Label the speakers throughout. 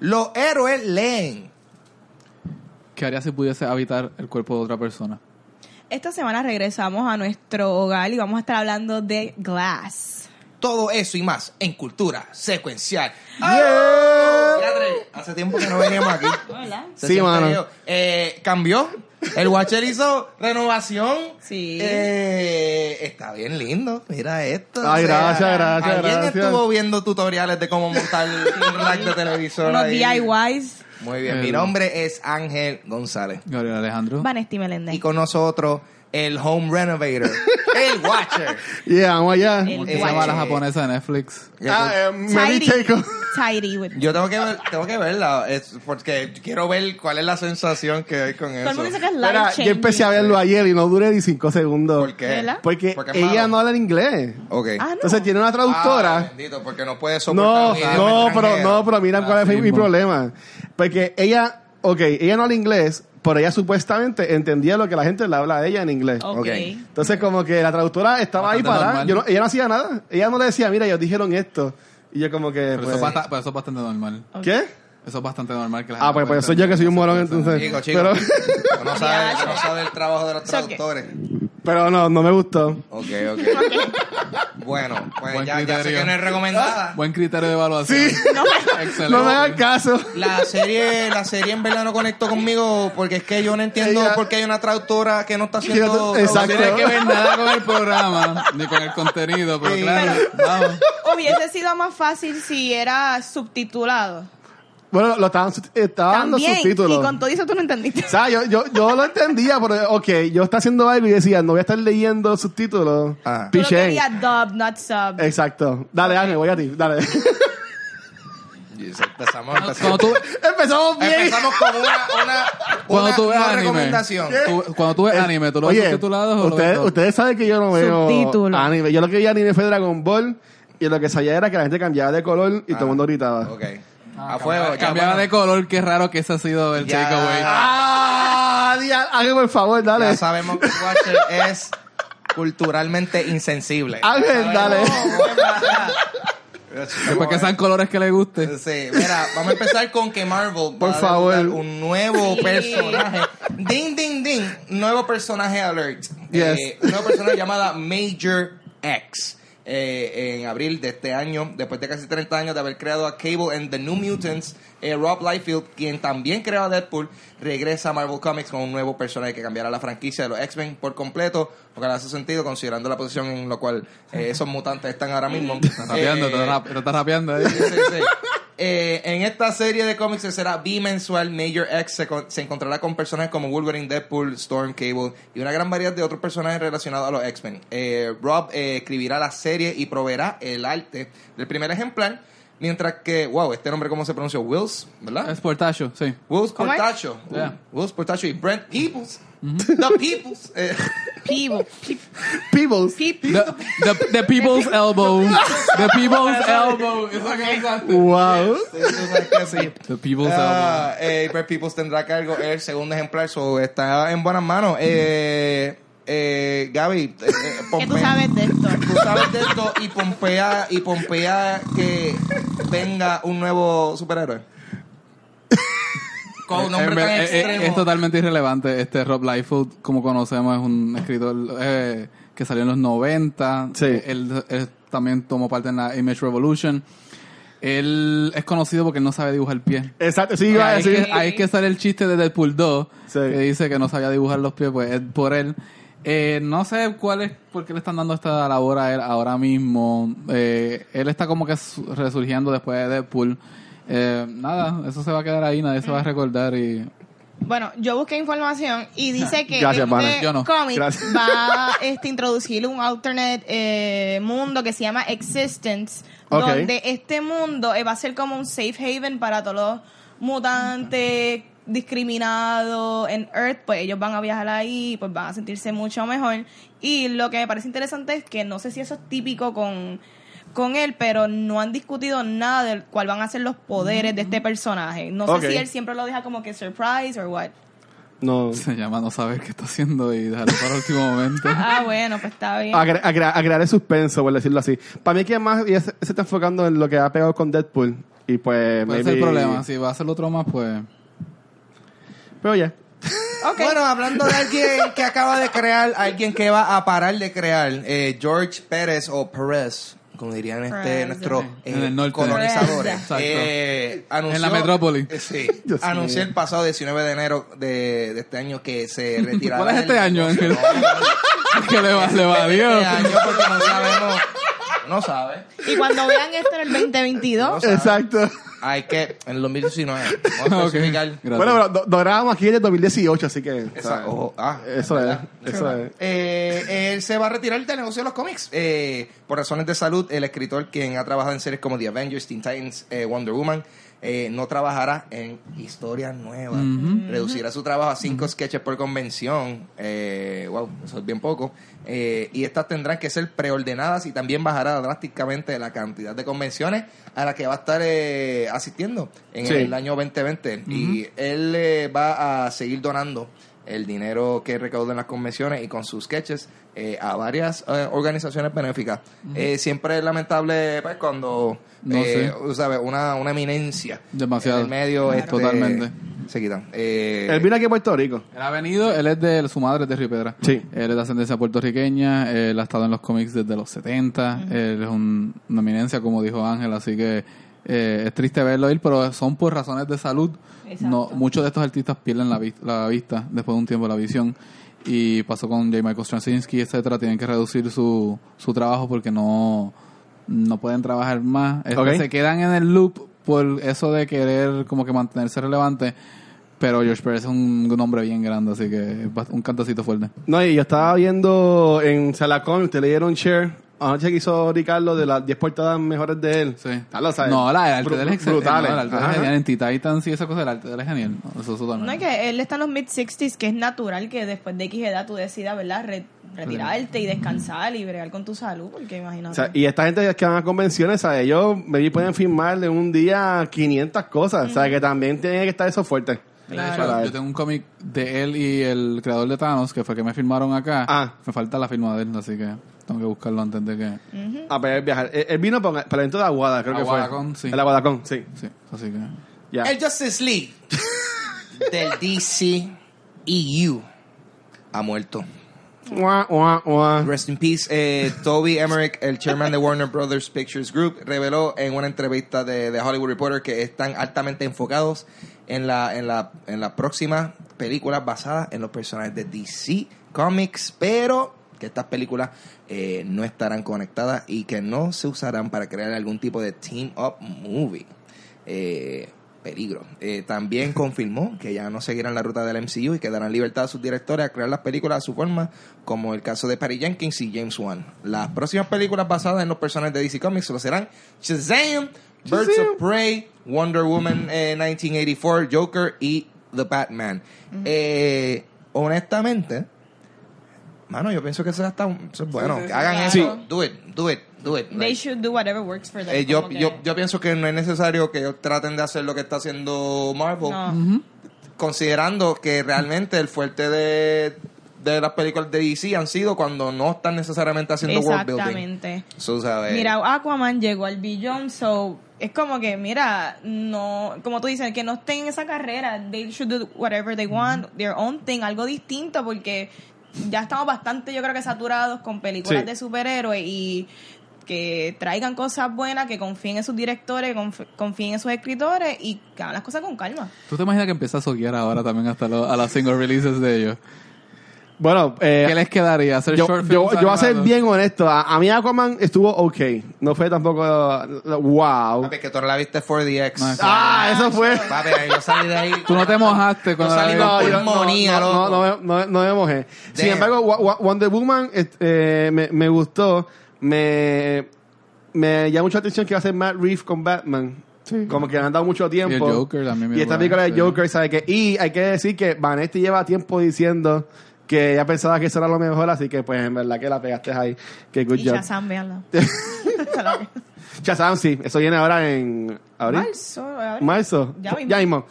Speaker 1: los héroes leen.
Speaker 2: ¿Qué haría si pudiese habitar el cuerpo de otra persona?
Speaker 3: Esta semana regresamos a nuestro hogar y vamos a estar hablando de Glass.
Speaker 1: Todo eso y más en cultura secuencial. Diadre, Hace tiempo que no veníamos aquí.
Speaker 3: Hola.
Speaker 1: Se
Speaker 4: Sí,
Speaker 1: siente
Speaker 4: mano.
Speaker 1: medio- Eh, cambió. El Watcher hizo renovación.
Speaker 3: Sí.
Speaker 1: Eh, está bien lindo. Mira esto.
Speaker 4: Ay, gracias, gracias,
Speaker 1: Alguien
Speaker 4: gracias.
Speaker 1: estuvo viendo tutoriales de cómo montar un rack de televisor.
Speaker 3: Unos
Speaker 1: ahí.
Speaker 3: DIYs.
Speaker 1: Muy bien. Mi
Speaker 2: Eh.
Speaker 1: nombre es Ángel González.
Speaker 2: Gabriel Alejandro.
Speaker 3: Vanesti
Speaker 1: Y
Speaker 3: Meléndez.
Speaker 1: con nosotros, el Home Renovator, el Watcher.
Speaker 4: Yeah, vamos allá.
Speaker 3: El-
Speaker 2: ¿Cómo se
Speaker 1: Eh,
Speaker 2: llama la
Speaker 1: eh,
Speaker 2: japonesa de Netflix?
Speaker 4: Ah, eh, Mary
Speaker 3: Tidy.
Speaker 4: Jacob.
Speaker 3: Tidy with-
Speaker 1: Yo tengo que, ver- tengo que verla, es porque quiero ver cuál es la sensación que hay con
Speaker 3: Todo el
Speaker 1: eso.
Speaker 3: mundo dice que es life
Speaker 4: Mira, yo
Speaker 3: changing.
Speaker 4: empecé a verlo ayer y no duré ni cinco segundos.
Speaker 1: ¿Por qué?
Speaker 3: ¿Verdad?
Speaker 4: Porque,
Speaker 1: Porque es
Speaker 4: ella
Speaker 1: malo.
Speaker 4: no habla en inglés.
Speaker 1: Ok.
Speaker 3: Ah, no.
Speaker 4: Entonces tiene una traductora.
Speaker 1: Ah, pues, bendito, porque no puede soportar
Speaker 4: No,
Speaker 1: un idioma
Speaker 4: no, pero,
Speaker 1: extranjero.
Speaker 4: no, pero mira cuál fue
Speaker 2: Así
Speaker 4: mi
Speaker 2: mismo.
Speaker 4: problema. Porque ella, ok, ella no habla inglés, pero ella supuestamente entendía lo que la gente le habla a ella en inglés.
Speaker 3: Ok.
Speaker 1: Ok.
Speaker 4: Entonces, como que la traductora estaba ahí
Speaker 2: Bastante
Speaker 4: para.
Speaker 2: normal.
Speaker 4: Yo no- ella no hacía nada. Ella no le decía, mira, ellos dijeron esto. Y yo, como que.
Speaker 2: Pero,
Speaker 4: pues,
Speaker 2: eso es basta- pero eso es bastante normal.
Speaker 4: ¿Qué?
Speaker 2: Eso es bastante normal que la
Speaker 4: Ah,
Speaker 2: gente
Speaker 4: pues,
Speaker 2: pueda
Speaker 4: pues soy yo que soy un morón,
Speaker 2: entender.
Speaker 4: entonces.
Speaker 1: Chico, chico.
Speaker 4: Pero,
Speaker 1: tú No sabe, tú no sabe el trabajo de los
Speaker 3: It's okay.
Speaker 1: traductores.
Speaker 4: pero no, no me gustó.
Speaker 1: Ok, ok. Bueno, pues
Speaker 2: Buen
Speaker 1: ya, ya sé
Speaker 2: criterio.
Speaker 1: que no es
Speaker 4: Ah,
Speaker 1: recomendada.
Speaker 2: Buen criterio de evaluación.
Speaker 4: Sí.
Speaker 3: No me-
Speaker 2: Excelente.
Speaker 4: No me hagan caso.
Speaker 1: La serie, la serie en verdad no conectó conmigo porque es que yo no entiendo
Speaker 4: Ella-
Speaker 1: por qué hay una traductora que no está haciendo...
Speaker 2: No
Speaker 4: Exacto.
Speaker 2: tiene que ver nada con el programa, ni con el contenido, pero
Speaker 1: Sí.
Speaker 2: claro, vamos.
Speaker 3: Hubiese sido más fácil si era subtitulado.
Speaker 4: Bueno, lo estaban, sub- estaban dando
Speaker 3: También.
Speaker 4: subtítulos.
Speaker 3: Y con todo eso tú no entendiste.
Speaker 4: O sea, yo, yo, yo lo entendía, pero ok, yo estaba haciendo algo y decía, no voy a estar leyendo subtítulos.
Speaker 1: Ajá.
Speaker 2: Ah.
Speaker 3: Tú lo
Speaker 4: Pichén.
Speaker 3: querías dub, not sub.
Speaker 4: Exacto. Dale, Ángel, voy a ti. Dale.
Speaker 1: Empezamos,
Speaker 2: Cuando
Speaker 1: empezamos.
Speaker 2: tú,
Speaker 4: Empezamos bien.
Speaker 1: Empezamos con una, una,
Speaker 2: cuando
Speaker 1: una-
Speaker 2: tú ves
Speaker 1: una
Speaker 2: anime,
Speaker 1: recomendación.
Speaker 2: tú- cuando tú ves anime, ¿tú lo ves
Speaker 4: Oye,
Speaker 2: subtitulado o lo ves
Speaker 4: ustedes,
Speaker 2: todo?
Speaker 4: ustedes saben que yo no veo
Speaker 3: Subtítulos.
Speaker 4: anime. Yo lo que vi anime fue Dragon Ball y lo que sabía era que la gente cambiaba de color
Speaker 2: Ah,
Speaker 4: y todo el mundo gritaba.
Speaker 1: Ok. a fuego. ya,
Speaker 2: Cambiaba
Speaker 1: bueno.
Speaker 2: de color, qué raro que ese ha sido el
Speaker 1: Ya.
Speaker 2: takeaway.
Speaker 4: ¡Ah! dia- Ángel, por favor, dale.
Speaker 1: Ya sabemos que Watcher es culturalmente insensible.
Speaker 4: Ángel, dale.
Speaker 2: Después que sean colores que le guste.
Speaker 1: Sí, mira, vamos a empezar con que Marvel va
Speaker 4: Por
Speaker 1: a
Speaker 4: favor.
Speaker 1: debutar un nuevo
Speaker 3: Sí.
Speaker 1: personaje. Ding, ding, ding. Nuevo personaje alert.
Speaker 4: Yes.
Speaker 1: Eh, una persona llamada Major X. eh, en abril de este año, después de casi 30 años de haber creado a Cable and the New Mutants, eh, Rob Liefeld, quien también creó a Deadpool, regresa a Marvel Comics con un nuevo personaje que cambiará la franquicia de los X-Men por completo, lo que le hace sentido considerando la posición en la cual eh, esos mutantes están ahora mismo.
Speaker 2: Estás rapeando,
Speaker 1: Eh,
Speaker 2: te rap- te estás rapeando ahí.
Speaker 1: Sí, sí. Eh, en esta serie de cómics que será bimensual, Major X se, con- se encontrará con personajes como Wolverine, Deadpool, Storm, Cable y una gran variedad de otros personajes relacionados a los X-Men. Eh, Rob eh, escribirá la serie y proveerá el arte del primer ejemplar, mientras que, wow, este nombre cómo se pronuncia, Wills, ¿verdad?
Speaker 2: Es portacho, sí.
Speaker 1: Wills
Speaker 3: ¿Cómo es?
Speaker 1: Portacho.
Speaker 2: Yeah.
Speaker 1: Wills Portacho y Brent Peoples. The Peoples. Eh,
Speaker 3: People. People.
Speaker 4: Peebles.
Speaker 2: The, the, the people's elbow. The people's elbow. Esa cosa.
Speaker 4: Wow.
Speaker 1: tú sabes que sí.
Speaker 2: The people's elbow.
Speaker 1: Ah, eh, Brad Peoples tendrá cargo el segundo ejemplar, so está en buenas manos. Eh, eh, Gaby, eh, eh,
Speaker 3: ¿Qué tú
Speaker 1: Pompea-
Speaker 3: sabes de esto?
Speaker 1: tú sabes de esto y Pompea, y Pompea que venga un nuevo superhéroe. Con un nombre
Speaker 2: En ver-
Speaker 1: tan
Speaker 2: eh, eh,
Speaker 1: extremo.
Speaker 2: es totalmente irrelevante. Este Rob Liefeld, como conocemos, es un escritor eh, que salió en los 90.
Speaker 4: Sí.
Speaker 2: Eh, Él, él también tomó parte en la Image Revolution. Él es conocido porque él no sabe dibujar el pie.
Speaker 4: Exacto, sí, iba a
Speaker 2: Ahí es,
Speaker 4: decir.
Speaker 2: que, ahí es que sale el chiste de Deadpool 2,
Speaker 4: Sí.
Speaker 2: que dice que no sabía dibujar los pies, pues es por él. Eh, no sé cuál es, por qué le están dando esta labor a él ahora mismo. Eh, él está como que su- resurgiendo después de Deadpool. Eh, nada, eso se va a quedar ahí, nadie se va a recordar y
Speaker 3: Bueno, yo busqué información y dice que
Speaker 4: Gracias, pana.
Speaker 3: este
Speaker 2: Yo no.
Speaker 3: cómic
Speaker 4: Gracias.
Speaker 3: va a este, introducir un alternate eh, mundo que se llama Existence,
Speaker 4: Ok.
Speaker 3: donde este mundo eh, va a ser como un safe haven para todos los mutantes discriminados en Earth, pues ellos van a viajar ahí, pues van a sentirse mucho mejor. Y lo que me parece interesante es que no sé si eso es típico con con él, pero no han discutido nada del cuál van a ser los poderes de este personaje. No
Speaker 4: Mm. Ok.
Speaker 3: sé si él siempre lo deja como que surprise or what.
Speaker 4: No.
Speaker 2: se llama no saber qué está haciendo y dejarlo para el último momento.
Speaker 3: Ah, bueno, pues está bien.
Speaker 4: A, cre- a crea- a crear el suspenso, por decirlo así. Para mí, que más ella se, se está enfocando en lo que ha pegado con Deadpool. Y pues,
Speaker 2: Puede ser el
Speaker 4: maybe-
Speaker 2: problema. Si va a hacer otro más, pues.
Speaker 4: Pero ya.
Speaker 3: Ok.
Speaker 1: Bueno, hablando de alguien que acaba de crear, alguien que va a parar de crear, eh, George Pérez o Pérez, como dirían este,
Speaker 3: Pérez.
Speaker 1: nuestros eh,
Speaker 2: En el norte.
Speaker 1: colonizadores,
Speaker 3: Pérez.
Speaker 2: Exacto.
Speaker 1: eh, anunció,
Speaker 2: En la metrópoli.
Speaker 1: eh, sí,
Speaker 4: Dios
Speaker 1: anunció
Speaker 4: mío.
Speaker 1: el pasado 19 de enero de, de este año que se retirará.
Speaker 2: ¿Cuál es
Speaker 1: del
Speaker 2: este año,
Speaker 1: negocio.
Speaker 2: Ángel? que le va, le va,
Speaker 1: No,
Speaker 2: Dios.
Speaker 1: este año porque no sabemos, no sabe.
Speaker 3: Y cuando vean esto en el 2022,
Speaker 1: sabe.
Speaker 4: Exacto.
Speaker 1: Hay que, en el 2019, vamos a
Speaker 2: Ok,
Speaker 1: especificar.
Speaker 2: gracias.
Speaker 4: Bueno, pero do- dorábamos aquí en el 2018, así que.
Speaker 1: Esa-
Speaker 4: ¿sabes?
Speaker 1: ojo, ah,
Speaker 4: eso es.
Speaker 1: ¿verdad?
Speaker 4: Eso es.
Speaker 1: Eh, él se va a retirar del negocio de los cómics. Eh, por razones de salud, el escritor quien ha trabajado en series como The Avengers, Teen Titans, eh, Wonder Woman, eh, no trabajará en historias nuevas. Reducirá su trabajo a cinco sketches por convención. Eh, wow, eso es bien poco. Eh, y estas tendrán que ser preordenadas y también bajará drásticamente la cantidad de convenciones a las que va a estar eh, asistiendo en
Speaker 4: Sí.
Speaker 1: el año 2020. Y él eh, va a seguir donando el dinero que recauda en las convenciones y con sus sketches eh, a varias eh, organizaciones benéficas. Eh, siempre es lamentable pues, cuando
Speaker 2: No
Speaker 1: eh,
Speaker 2: sé.
Speaker 1: tú sabes, una, una eminencia
Speaker 2: Demasiado.
Speaker 1: en el medio
Speaker 2: Claro.
Speaker 1: este,
Speaker 2: Totalmente.
Speaker 1: se quitan. Eh,
Speaker 4: Él vino aquí a Puerto Rico.
Speaker 2: Él ha venido, él es de su madre es de Río Piedras.
Speaker 4: Sí.
Speaker 2: Él es de ascendencia puertorriqueña, él ha estado en los cómics desde los 70, él es un- una eminencia, como dijo Ángel, así que eh, es triste verlo ir, pero son por razones de salud.
Speaker 3: Exacto.
Speaker 2: No, muchos de estos artistas pierden la, vis- la vista después de un tiempo, la visión. Y pasó con J. Michael Straczynski, etcétera, tienen que reducir su, su trabajo porque no, no pueden trabajar más. Este,
Speaker 4: Ok.
Speaker 2: Se quedan en el loop por eso de querer como que mantenerse relevante. Pero George Pérez es un, un hombre bien grande, así que es bast- un cantacito fuerte.
Speaker 4: No, y yo estaba viendo en Salacón, ustedes le dieron share. Anoche que hizo Ricardo de las 10 portadas mejores de él. Ya lo sabes.
Speaker 2: No, la, el arte
Speaker 4: Bru-
Speaker 2: del es excelente.
Speaker 4: Brutales.
Speaker 2: No, el arte del
Speaker 4: Ajá.
Speaker 2: es genial. En Teen Titans y esa cosa, el arte del es genial. Eso es totalmente.
Speaker 3: no es que él está en los mid-60s, que es natural que después de X edad tú decidas, ¿verdad?, Re- retirarte y descansar y bregar con tu salud, porque imagínate.
Speaker 4: O sea, y esta gente que van a convenciones, ¿sabes? Ellos maybe pueden firmar de un día 500 cosas. O sea, que también tiene que estar eso fuerte.
Speaker 2: De
Speaker 3: Claro.
Speaker 2: hecho,
Speaker 4: Para
Speaker 2: yo
Speaker 4: él.
Speaker 2: tengo un cómic de él y el creador de Thanos, que fue el que me firmaron acá.
Speaker 4: Ah.
Speaker 2: Me falta la firma de él, así que tengo que buscarlo antes de que...
Speaker 4: A poder viajar. Eh, Él, él vino para, para dentro de Aguada, creo
Speaker 2: Aguadacón,
Speaker 4: que fue.
Speaker 2: sí.
Speaker 4: El Aguadacón, sí.
Speaker 2: Sí, así que...
Speaker 4: Ya.
Speaker 1: El Justice League del DC EU ha muerto.
Speaker 4: Guau, guau, guau.
Speaker 1: Rest in peace. Eh, Toby Emmerich, el chairman de Warner Brothers Pictures Group, reveló en una entrevista de, de Hollywood Reporter que están altamente enfocados en la, en la, en las próximas películas basadas en los personajes de DC Comics, pero que estas películas eh, no estarán conectadas y que no se usarán para crear algún tipo de team up movie. Eh, peligro. Eh, también confirmó que ya no seguirán la ruta del MCU y que darán libertad a sus directores a crear las películas a su forma, como el caso de Patty Jenkins y James Wan. Las próximas películas basadas en los personajes de DC Comics lo serán Shazam, Birds of Prey, Wonder Woman eh, 1984, Joker y The Batman. Eh, honestamente, mano, yo pienso que eso, está, eso es bueno. que hagan
Speaker 3: Sí.
Speaker 1: eso. Do it, do it, do it.
Speaker 3: They
Speaker 1: Like,
Speaker 3: should do whatever works for them.
Speaker 1: eh, yo,
Speaker 3: como que-
Speaker 1: yo, yo pienso que no es necesario que ellos traten de hacer lo que está haciendo Marvel,
Speaker 3: No.
Speaker 1: considerando que realmente el fuerte de, de las películas de DC han sido cuando no están necesariamente haciendo world building.
Speaker 3: Exactamente.
Speaker 1: So,
Speaker 4: Pues,
Speaker 1: ¿sabes?
Speaker 3: Mira, Aquaman llegó al billón, so es como que, mira, no, como tú dices, que no estén en esa carrera, they should do whatever they want, their own thing, algo distinto, porque ya estamos bastante, yo creo que saturados con películas
Speaker 4: Sí.
Speaker 3: de superhéroes y que traigan cosas buenas, que confíen en sus directores, conf- confíen en sus escritores y que hagan las cosas con calma.
Speaker 2: ¿Tú te imaginas que empieza a soquear ahora también hasta lo- a las single releases de ellos?
Speaker 4: Bueno, eh,
Speaker 2: ¿Qué les quedaría? ¿Hacer
Speaker 4: yo,
Speaker 2: short
Speaker 4: yo,
Speaker 2: films
Speaker 4: yo voy a ser
Speaker 2: animados?
Speaker 4: bien honesto. A, a mí Aquaman estuvo ok. No fue tampoco uh, wow.
Speaker 1: Papi, que tú no la viste 4DX.
Speaker 2: No, es-
Speaker 4: Ah, eso fue.
Speaker 1: Papi, yo salí de ahí.
Speaker 2: Tú no te mojaste
Speaker 1: Yo
Speaker 2: cuando la
Speaker 1: salí
Speaker 2: viste.
Speaker 1: con
Speaker 4: yo-
Speaker 1: pulmonía,
Speaker 4: no,
Speaker 1: loco.
Speaker 4: no, no, me- no, no me mojé. Sin
Speaker 1: Damn.
Speaker 4: embargo, Wa- Wa- Wonder Woman est- eh, me, me gustó. Me, me llama mucho la atención que va a ser Matt Reeves con Batman. Como que le han dado mucho tiempo.
Speaker 2: Y el Joker también,
Speaker 4: Y
Speaker 2: mira,
Speaker 4: esta
Speaker 2: bueno,
Speaker 4: película de
Speaker 2: sí.
Speaker 4: Joker, ¿sabes qué? Y hay que decir que Vanetti lleva tiempo diciendo que ella pensaba que eso era lo mejor, así que pues en verdad que la pegaste ahí. Que good
Speaker 3: y
Speaker 4: job.
Speaker 3: Shazam, véanla.
Speaker 4: Shazam, sí. Eso viene ahora en... ¿Abril?
Speaker 3: Marzo, abril.
Speaker 4: Marzo.
Speaker 3: Ya mismo.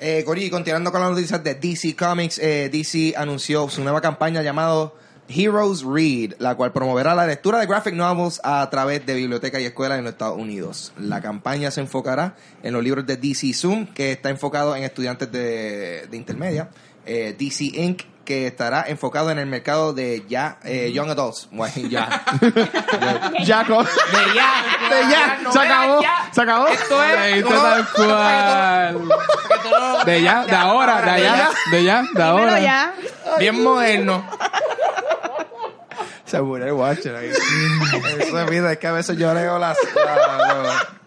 Speaker 1: Eh, Cory, continuando con las noticias de DC Comics, eh, DC anunció su nueva campaña llamado Heroes Read, la cual promoverá la lectura de graphic novels a través de bibliotecas y escuelas en los Estados Unidos. La campaña se enfocará en los libros de DC Zoom, que está enfocado en estudiantes de, de intermedia, eh, DC Inc., que estará enfocado en el mercado de ya eh, Young Adults. Bueno, ya.
Speaker 4: Ya, co-
Speaker 1: De ya.
Speaker 4: de ya, se acabó, se acabó.
Speaker 1: Esto
Speaker 2: Lo
Speaker 1: es.
Speaker 2: leíste tal cual. De ya, de ahora, de allá, de ya, de
Speaker 3: Dímelo
Speaker 2: ahora.
Speaker 3: ya.
Speaker 1: Bien moderno.
Speaker 4: Se murió el Watcher ahí.
Speaker 1: Eso es vida, es que a veces yo leo las. la- lo-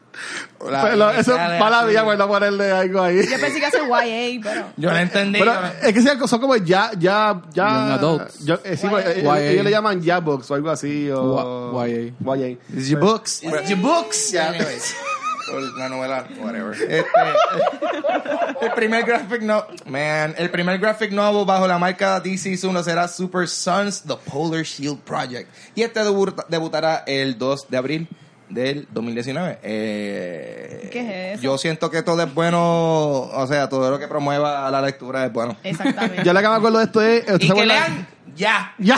Speaker 1: las
Speaker 4: Pero eso es
Speaker 1: iniciales
Speaker 4: para la
Speaker 1: así.
Speaker 4: vida, cuando ponerle algo ahí.
Speaker 3: Yo pensé que hace YA, pero.
Speaker 1: Yo lo entendí.
Speaker 4: Pero eh,
Speaker 1: yo lo-
Speaker 4: es que sea- son como ya, ya, ya.
Speaker 2: Young adults.
Speaker 4: Yo- eh, sí,
Speaker 3: YA.
Speaker 4: eh, eh,
Speaker 2: YA.
Speaker 4: Ellos le llaman ya books o algo así. O...
Speaker 2: Wa- YA.
Speaker 4: YA.
Speaker 1: It's your books. It's your books. Anyways. La pues, novela, whatever. Este, el primer graphic novel, man, el primer graphic novel bajo la marca DC Zuno será Super Sons The Polar Shield Project. Y este debuta- debutará el 2 de abril del 2019. Eh,
Speaker 3: ¿Qué es eso?
Speaker 1: Yo siento que todo es bueno, o sea, todo lo que promueva la lectura es bueno.
Speaker 3: Exactamente.
Speaker 4: Yo la que me acuerdo de esto es. ¿ustedes
Speaker 1: Y
Speaker 4: se
Speaker 1: que
Speaker 4: acuerdan?
Speaker 1: lean ya.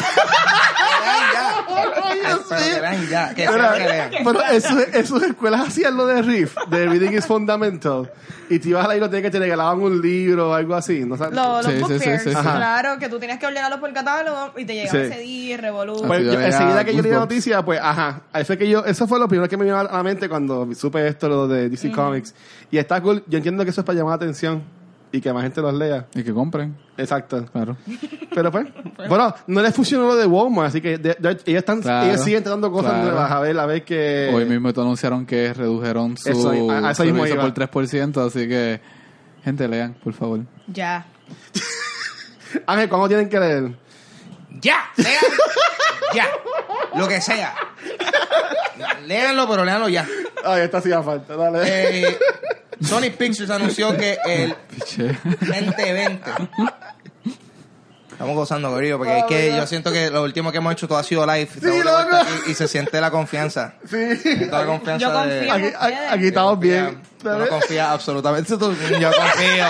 Speaker 4: Ya.
Speaker 1: Que lean ya. Espero que
Speaker 4: Ay, Dios mío.
Speaker 1: lean ya. Que
Speaker 4: Pero,
Speaker 1: sea que lean.
Speaker 4: pero eso- en sus escuelas hacían lo de Riff, de Reading is Fundamental. Y te ibas a la biblioteca y te regalaban un libro o algo así. ¿no sabes?
Speaker 3: Los, los
Speaker 2: Sí, sí,
Speaker 3: book
Speaker 2: sí,
Speaker 3: fairs,
Speaker 2: sí, sí.
Speaker 3: claro, que tú tenías que ordenarlos por catálogo y te llegaba
Speaker 4: Sí.
Speaker 3: ese día, revolú.
Speaker 4: Pues
Speaker 2: Así
Speaker 4: yo-
Speaker 2: de
Speaker 4: enseguida
Speaker 2: verdad,
Speaker 4: que yo leí la
Speaker 2: goosebumps.
Speaker 4: noticia, pues ajá, ahí fue que yo, eso fue lo primero que me vino a la mente cuando supe esto lo de DC Comics. Y está cool, yo entiendo que eso es para llamar la atención y que más gente los lea.
Speaker 2: Y que compren,
Speaker 4: Exacto.
Speaker 2: claro.
Speaker 4: Pero pues, bueno, no les funcionó lo de Walmart, así que de- de- ellos, están,
Speaker 2: Claro.
Speaker 4: ellos siguen tratando cosas
Speaker 2: Claro.
Speaker 4: nuevas, a ver, a ver que...
Speaker 2: Hoy mismo te anunciaron que redujeron su
Speaker 4: Eh. Eso, a- a eso mismo
Speaker 2: servicio
Speaker 4: iba.
Speaker 2: por 3%, así que gente lean, por favor.
Speaker 3: Ya.
Speaker 4: Ángel, ¿cuándo tienen que leer?
Speaker 1: Ya, lean, ya, lo que sea. Léanlo, pero léanlo ya.
Speaker 4: Ay, esta hacía falta, dale.
Speaker 1: Eh, Sony Pictures anunció que el
Speaker 2: Piche.
Speaker 1: 2020. Estamos gozando, querido, porque es que yo siento que lo último que hemos hecho todo ha sido live. Estamos de vuelta
Speaker 4: loco.
Speaker 1: aquí Y, se siente la confianza.
Speaker 4: Sí.
Speaker 1: Siento la confianza
Speaker 3: Yo
Speaker 1: de-
Speaker 3: confío.
Speaker 4: Aquí, aquí- aquí estamos bien.
Speaker 1: Tú no confías absolutamente. Tú- yo confío.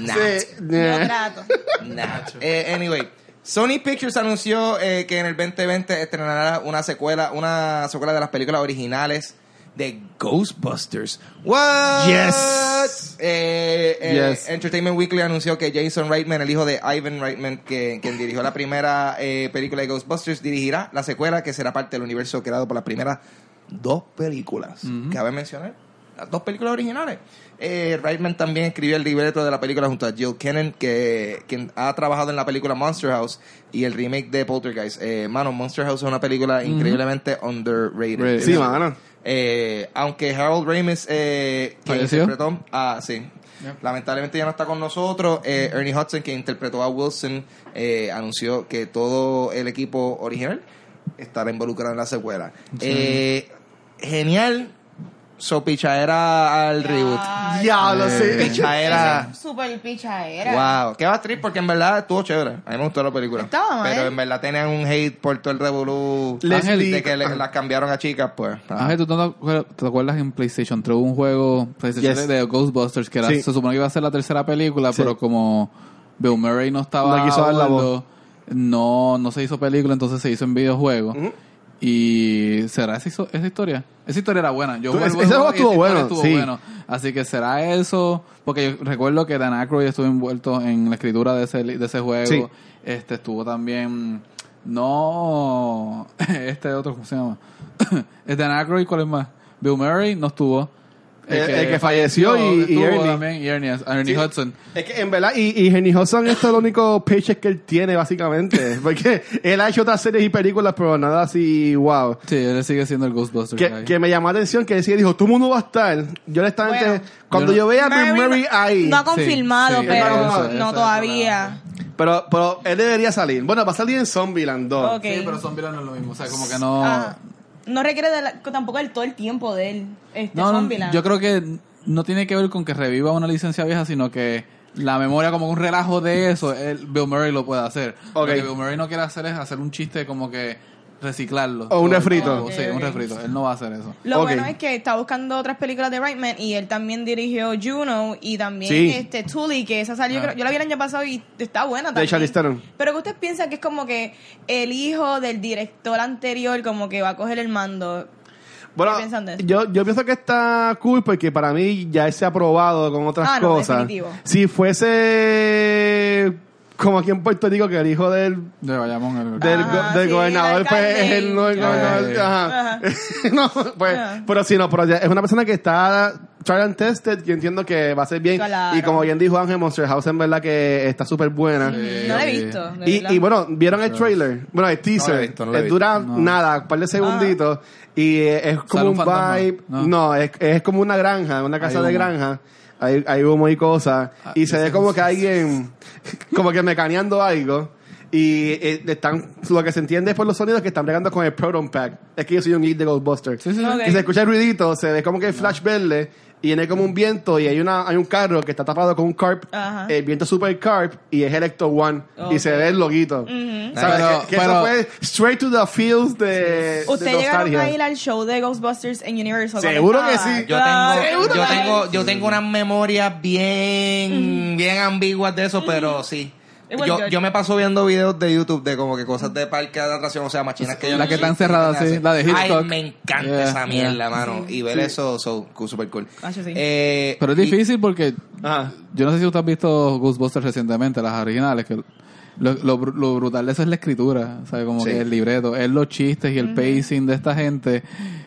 Speaker 1: Nah.
Speaker 4: Sí.
Speaker 3: Yo
Speaker 4: Eh.
Speaker 3: trato.
Speaker 1: Nah. Eh, anyway, Sony Pictures anunció eh, que en el 2020 estrenará una secuela, una secuela de las películas originales de Ghostbusters. What?
Speaker 4: Yes.
Speaker 1: Eh, eh,
Speaker 4: Yes.
Speaker 1: Entertainment Weekly anunció que Jason Reitman, el hijo de Ivan Reitman, que, quien dirigió la primera eh, película de Ghostbusters, dirigirá la secuela que será parte del universo creado por las primeras dos películas. Cabe mencionar las dos películas originales. Eh, Reitman también escribió el libreto de la película junto a Jill Kennan, que, quien ha trabajado en la película Monster House y el remake de Poltergeist. Eh, mano, Monster House es una película increíblemente underrated.
Speaker 2: Rated.
Speaker 4: Sí, mano.
Speaker 1: Eh, aunque Harold Ramis, eh, que
Speaker 2: ¿Falleció?
Speaker 1: interpretó a- sí. Lamentablemente ya no está con nosotros. Eh, Ernie Hudson, que interpretó a Wilson, eh, anunció que todo el equipo original estará involucrado en la secuela. Eh, genial. So, pichadera al reboot.
Speaker 3: Ay,
Speaker 4: Diablo,
Speaker 2: Eh.
Speaker 4: sí.
Speaker 1: Pichadera.
Speaker 3: Super picha era.
Speaker 1: Wow, qué actriz porque en verdad estuvo chévere. A mí me gustó la película.
Speaker 3: Estaba mal.
Speaker 1: Pero en verdad tenían un hate por todo el revolú
Speaker 2: Leslie-
Speaker 1: de que le- las cambiaron a chicas, pues.
Speaker 2: Ángel, ¿tú no te acuer- te acuerdas en PlayStation 3 hubo un juego PlayStation
Speaker 4: Yes.
Speaker 2: de Ghostbusters que era-
Speaker 4: Sí.
Speaker 2: se supone que iba a ser la tercera película,
Speaker 4: Sí.
Speaker 2: pero como Bill Murray no estaba
Speaker 4: No quiso dar la
Speaker 2: gordo,
Speaker 4: voz.
Speaker 2: no, no se hizo película, entonces se hizo en videojuego. Y será esa, hizo- esa historia. Esa historia era buena. Yo
Speaker 4: Tú-
Speaker 2: jugué el
Speaker 4: ese- ese juego
Speaker 2: y
Speaker 4: estuvo
Speaker 2: esa historia
Speaker 4: bueno, sí.
Speaker 2: Así que será eso. Porque yo recuerdo que Dan Aykroyd estuvo envuelto en la escritura de ese, li- de ese juego.
Speaker 4: Sí.
Speaker 2: Este estuvo también. No. Este otro, ¿cómo se llama? es Dan Aykroyd, ¿cuál es más? Bill Murray no estuvo.
Speaker 4: El- Eh, el que falleció y- y
Speaker 2: estuvo
Speaker 4: Ernie.
Speaker 2: también, y Ernie, Ernie
Speaker 4: Sí.
Speaker 2: Hudson.
Speaker 4: Es que en verdad, y, y Jenny Hudson esto es el único paycheck que él tiene, básicamente. Porque él ha hecho otras series y películas, pero nada así, wow.
Speaker 2: Sí, él sigue siendo el Ghostbuster.
Speaker 4: Que, que me llamó la atención que él sí dijo, tú mundo va a estar. Yo honestamente,
Speaker 3: Bueno.
Speaker 4: cuando
Speaker 2: Yo
Speaker 4: yo,
Speaker 2: no-
Speaker 4: vea a Bill Murray ahí.
Speaker 3: No ha confirmado,
Speaker 2: sí,
Speaker 3: pero
Speaker 4: eso,
Speaker 3: no,
Speaker 2: eso, eso,
Speaker 3: todavía.
Speaker 4: Pero, pero él debería salir. Bueno, va a salir en Zombieland 2.
Speaker 3: Ok.
Speaker 2: Sí, pero son villanos lo mismo. O sea, como que no.
Speaker 3: Ajá. Ah, No requiere de la- tampoco el, todo el tiempo de él. Este
Speaker 2: No, no,
Speaker 3: Zombieland.
Speaker 2: yo creo que no tiene que ver con que reviva una licencia vieja, sino que la memoria como un relajo de eso, el Bill Murray lo puede hacer. Lo
Speaker 4: Ok.
Speaker 2: que Bill Murray no quiere hacer es hacer un chiste como que reciclarlo.
Speaker 4: O un
Speaker 2: Todo el
Speaker 4: refrito.
Speaker 2: tiempo. Sí, un refrito. Él no va a hacer eso.
Speaker 3: Lo
Speaker 4: Ok.
Speaker 3: bueno es que está buscando otras películas de Reitman y él también dirigió Juno y también
Speaker 4: Sí.
Speaker 3: este Tully, que esa salió,
Speaker 2: Ah.
Speaker 3: yo creo- yo la vi el año pasado y está buena también.
Speaker 4: Charlize Theron.
Speaker 3: Pero que ustedes piensan que es como que el hijo del director anterior como que va a coger el mando.
Speaker 4: Bueno,
Speaker 3: ¿Qué piensan de eso?
Speaker 4: yo, yo pienso que está cool porque para mí ya se ha probado con otras
Speaker 3: Ah, no,
Speaker 4: cosas.
Speaker 3: definitivo.
Speaker 4: Si fuese como aquí en Puerto Rico, que el hijo del,
Speaker 2: De Bayamón. el-
Speaker 4: del,
Speaker 3: Ajá,
Speaker 4: go-
Speaker 3: Ah,
Speaker 4: del
Speaker 3: sí,
Speaker 4: gobernador,
Speaker 3: el
Speaker 4: pues
Speaker 3: alcalde
Speaker 4: es el no el
Speaker 3: y-
Speaker 4: gobernador.
Speaker 2: Ajá.
Speaker 4: Ajá.
Speaker 3: Ajá.
Speaker 4: no, pues,
Speaker 3: Ajá.
Speaker 4: pero sí, no, pero ya es una persona que está trial and tested y entiendo que va a ser bien.
Speaker 3: Claro.
Speaker 4: Y como bien dijo Ángel, Monster House en verdad que está súper buena.
Speaker 2: Sí,
Speaker 3: no la he
Speaker 2: ok.
Speaker 3: visto. de
Speaker 4: Y,
Speaker 3: verdad.
Speaker 4: y bueno, ¿vieron el trailer? Bueno, el
Speaker 1: No
Speaker 4: teaser.
Speaker 1: lo he visto, no lo he
Speaker 4: Eh,
Speaker 1: visto.
Speaker 4: dura
Speaker 2: No.
Speaker 4: nada, un par de segunditos. Y eh, es
Speaker 2: Sale
Speaker 4: como
Speaker 2: un
Speaker 4: un
Speaker 2: fantasma.
Speaker 4: vibe.
Speaker 2: No.
Speaker 4: No, es, es como una granja, una casa
Speaker 2: Hay
Speaker 4: de
Speaker 2: humo.
Speaker 4: granja. Hay, hay humo y cosas.
Speaker 2: Ah,
Speaker 4: y se
Speaker 2: ese
Speaker 4: ve
Speaker 2: es
Speaker 4: como
Speaker 2: un-
Speaker 4: que alguien, como que mecaneando algo. Y eh, están, lo que se entiende es por los sonidos que están bregando con el Proton Pack. Es que yo soy un geek de Ghostbusters.
Speaker 2: Sí, sí, sí.
Speaker 3: Ok.
Speaker 4: Y se escucha el ruidito, se ve como que el flash verde y viene como un viento y hay una hay un carro que está tapado con un carp,
Speaker 3: Ajá.
Speaker 4: el viento es super carp y es Electo One y se
Speaker 3: Ok. Mm.
Speaker 4: ve el loguito.
Speaker 3: Ujú.
Speaker 4: ¿Sabes?
Speaker 2: Pero-
Speaker 4: que, que
Speaker 2: pero-
Speaker 4: eso fue straight to the fields de, de
Speaker 3: Ustedes llegaron
Speaker 4: nostalgia.
Speaker 3: a ir al show de Ghostbusters en Universal. Ah, cuando
Speaker 4: Seguro que
Speaker 3: estaba?
Speaker 4: sí.
Speaker 1: Yo
Speaker 3: Claro.
Speaker 1: tengo, yo
Speaker 3: Seguro que
Speaker 1: tengo, yo tengo unas memorias bien, bien ambiguas de eso, pero sí.
Speaker 3: It was
Speaker 1: Yo,
Speaker 3: good.
Speaker 1: yo me paso viendo videos de YouTube de como que cosas de parque de atracción, o sea, machinas que yo no
Speaker 2: La que
Speaker 1: sé
Speaker 2: están
Speaker 1: ni qué
Speaker 2: cerradas,
Speaker 1: hacen.
Speaker 2: sí, la de Hitchcock.
Speaker 1: Ay, me encanta
Speaker 2: Yeah,
Speaker 1: esa
Speaker 2: yeah.
Speaker 1: mierda, mano. Y ver eso, so, super cool.
Speaker 3: Ah, sí, sí.
Speaker 1: Eh,
Speaker 2: Pero es
Speaker 1: y-
Speaker 2: difícil porque
Speaker 4: Ajá.
Speaker 2: yo no sé si usted ha visto Ghostbusters recientemente, las originales, que lo, lo br- lo brutal de eso es la escritura, ¿sabes? Como
Speaker 1: Sí.
Speaker 2: que el libreto, es los chistes y el pacing de esta gente.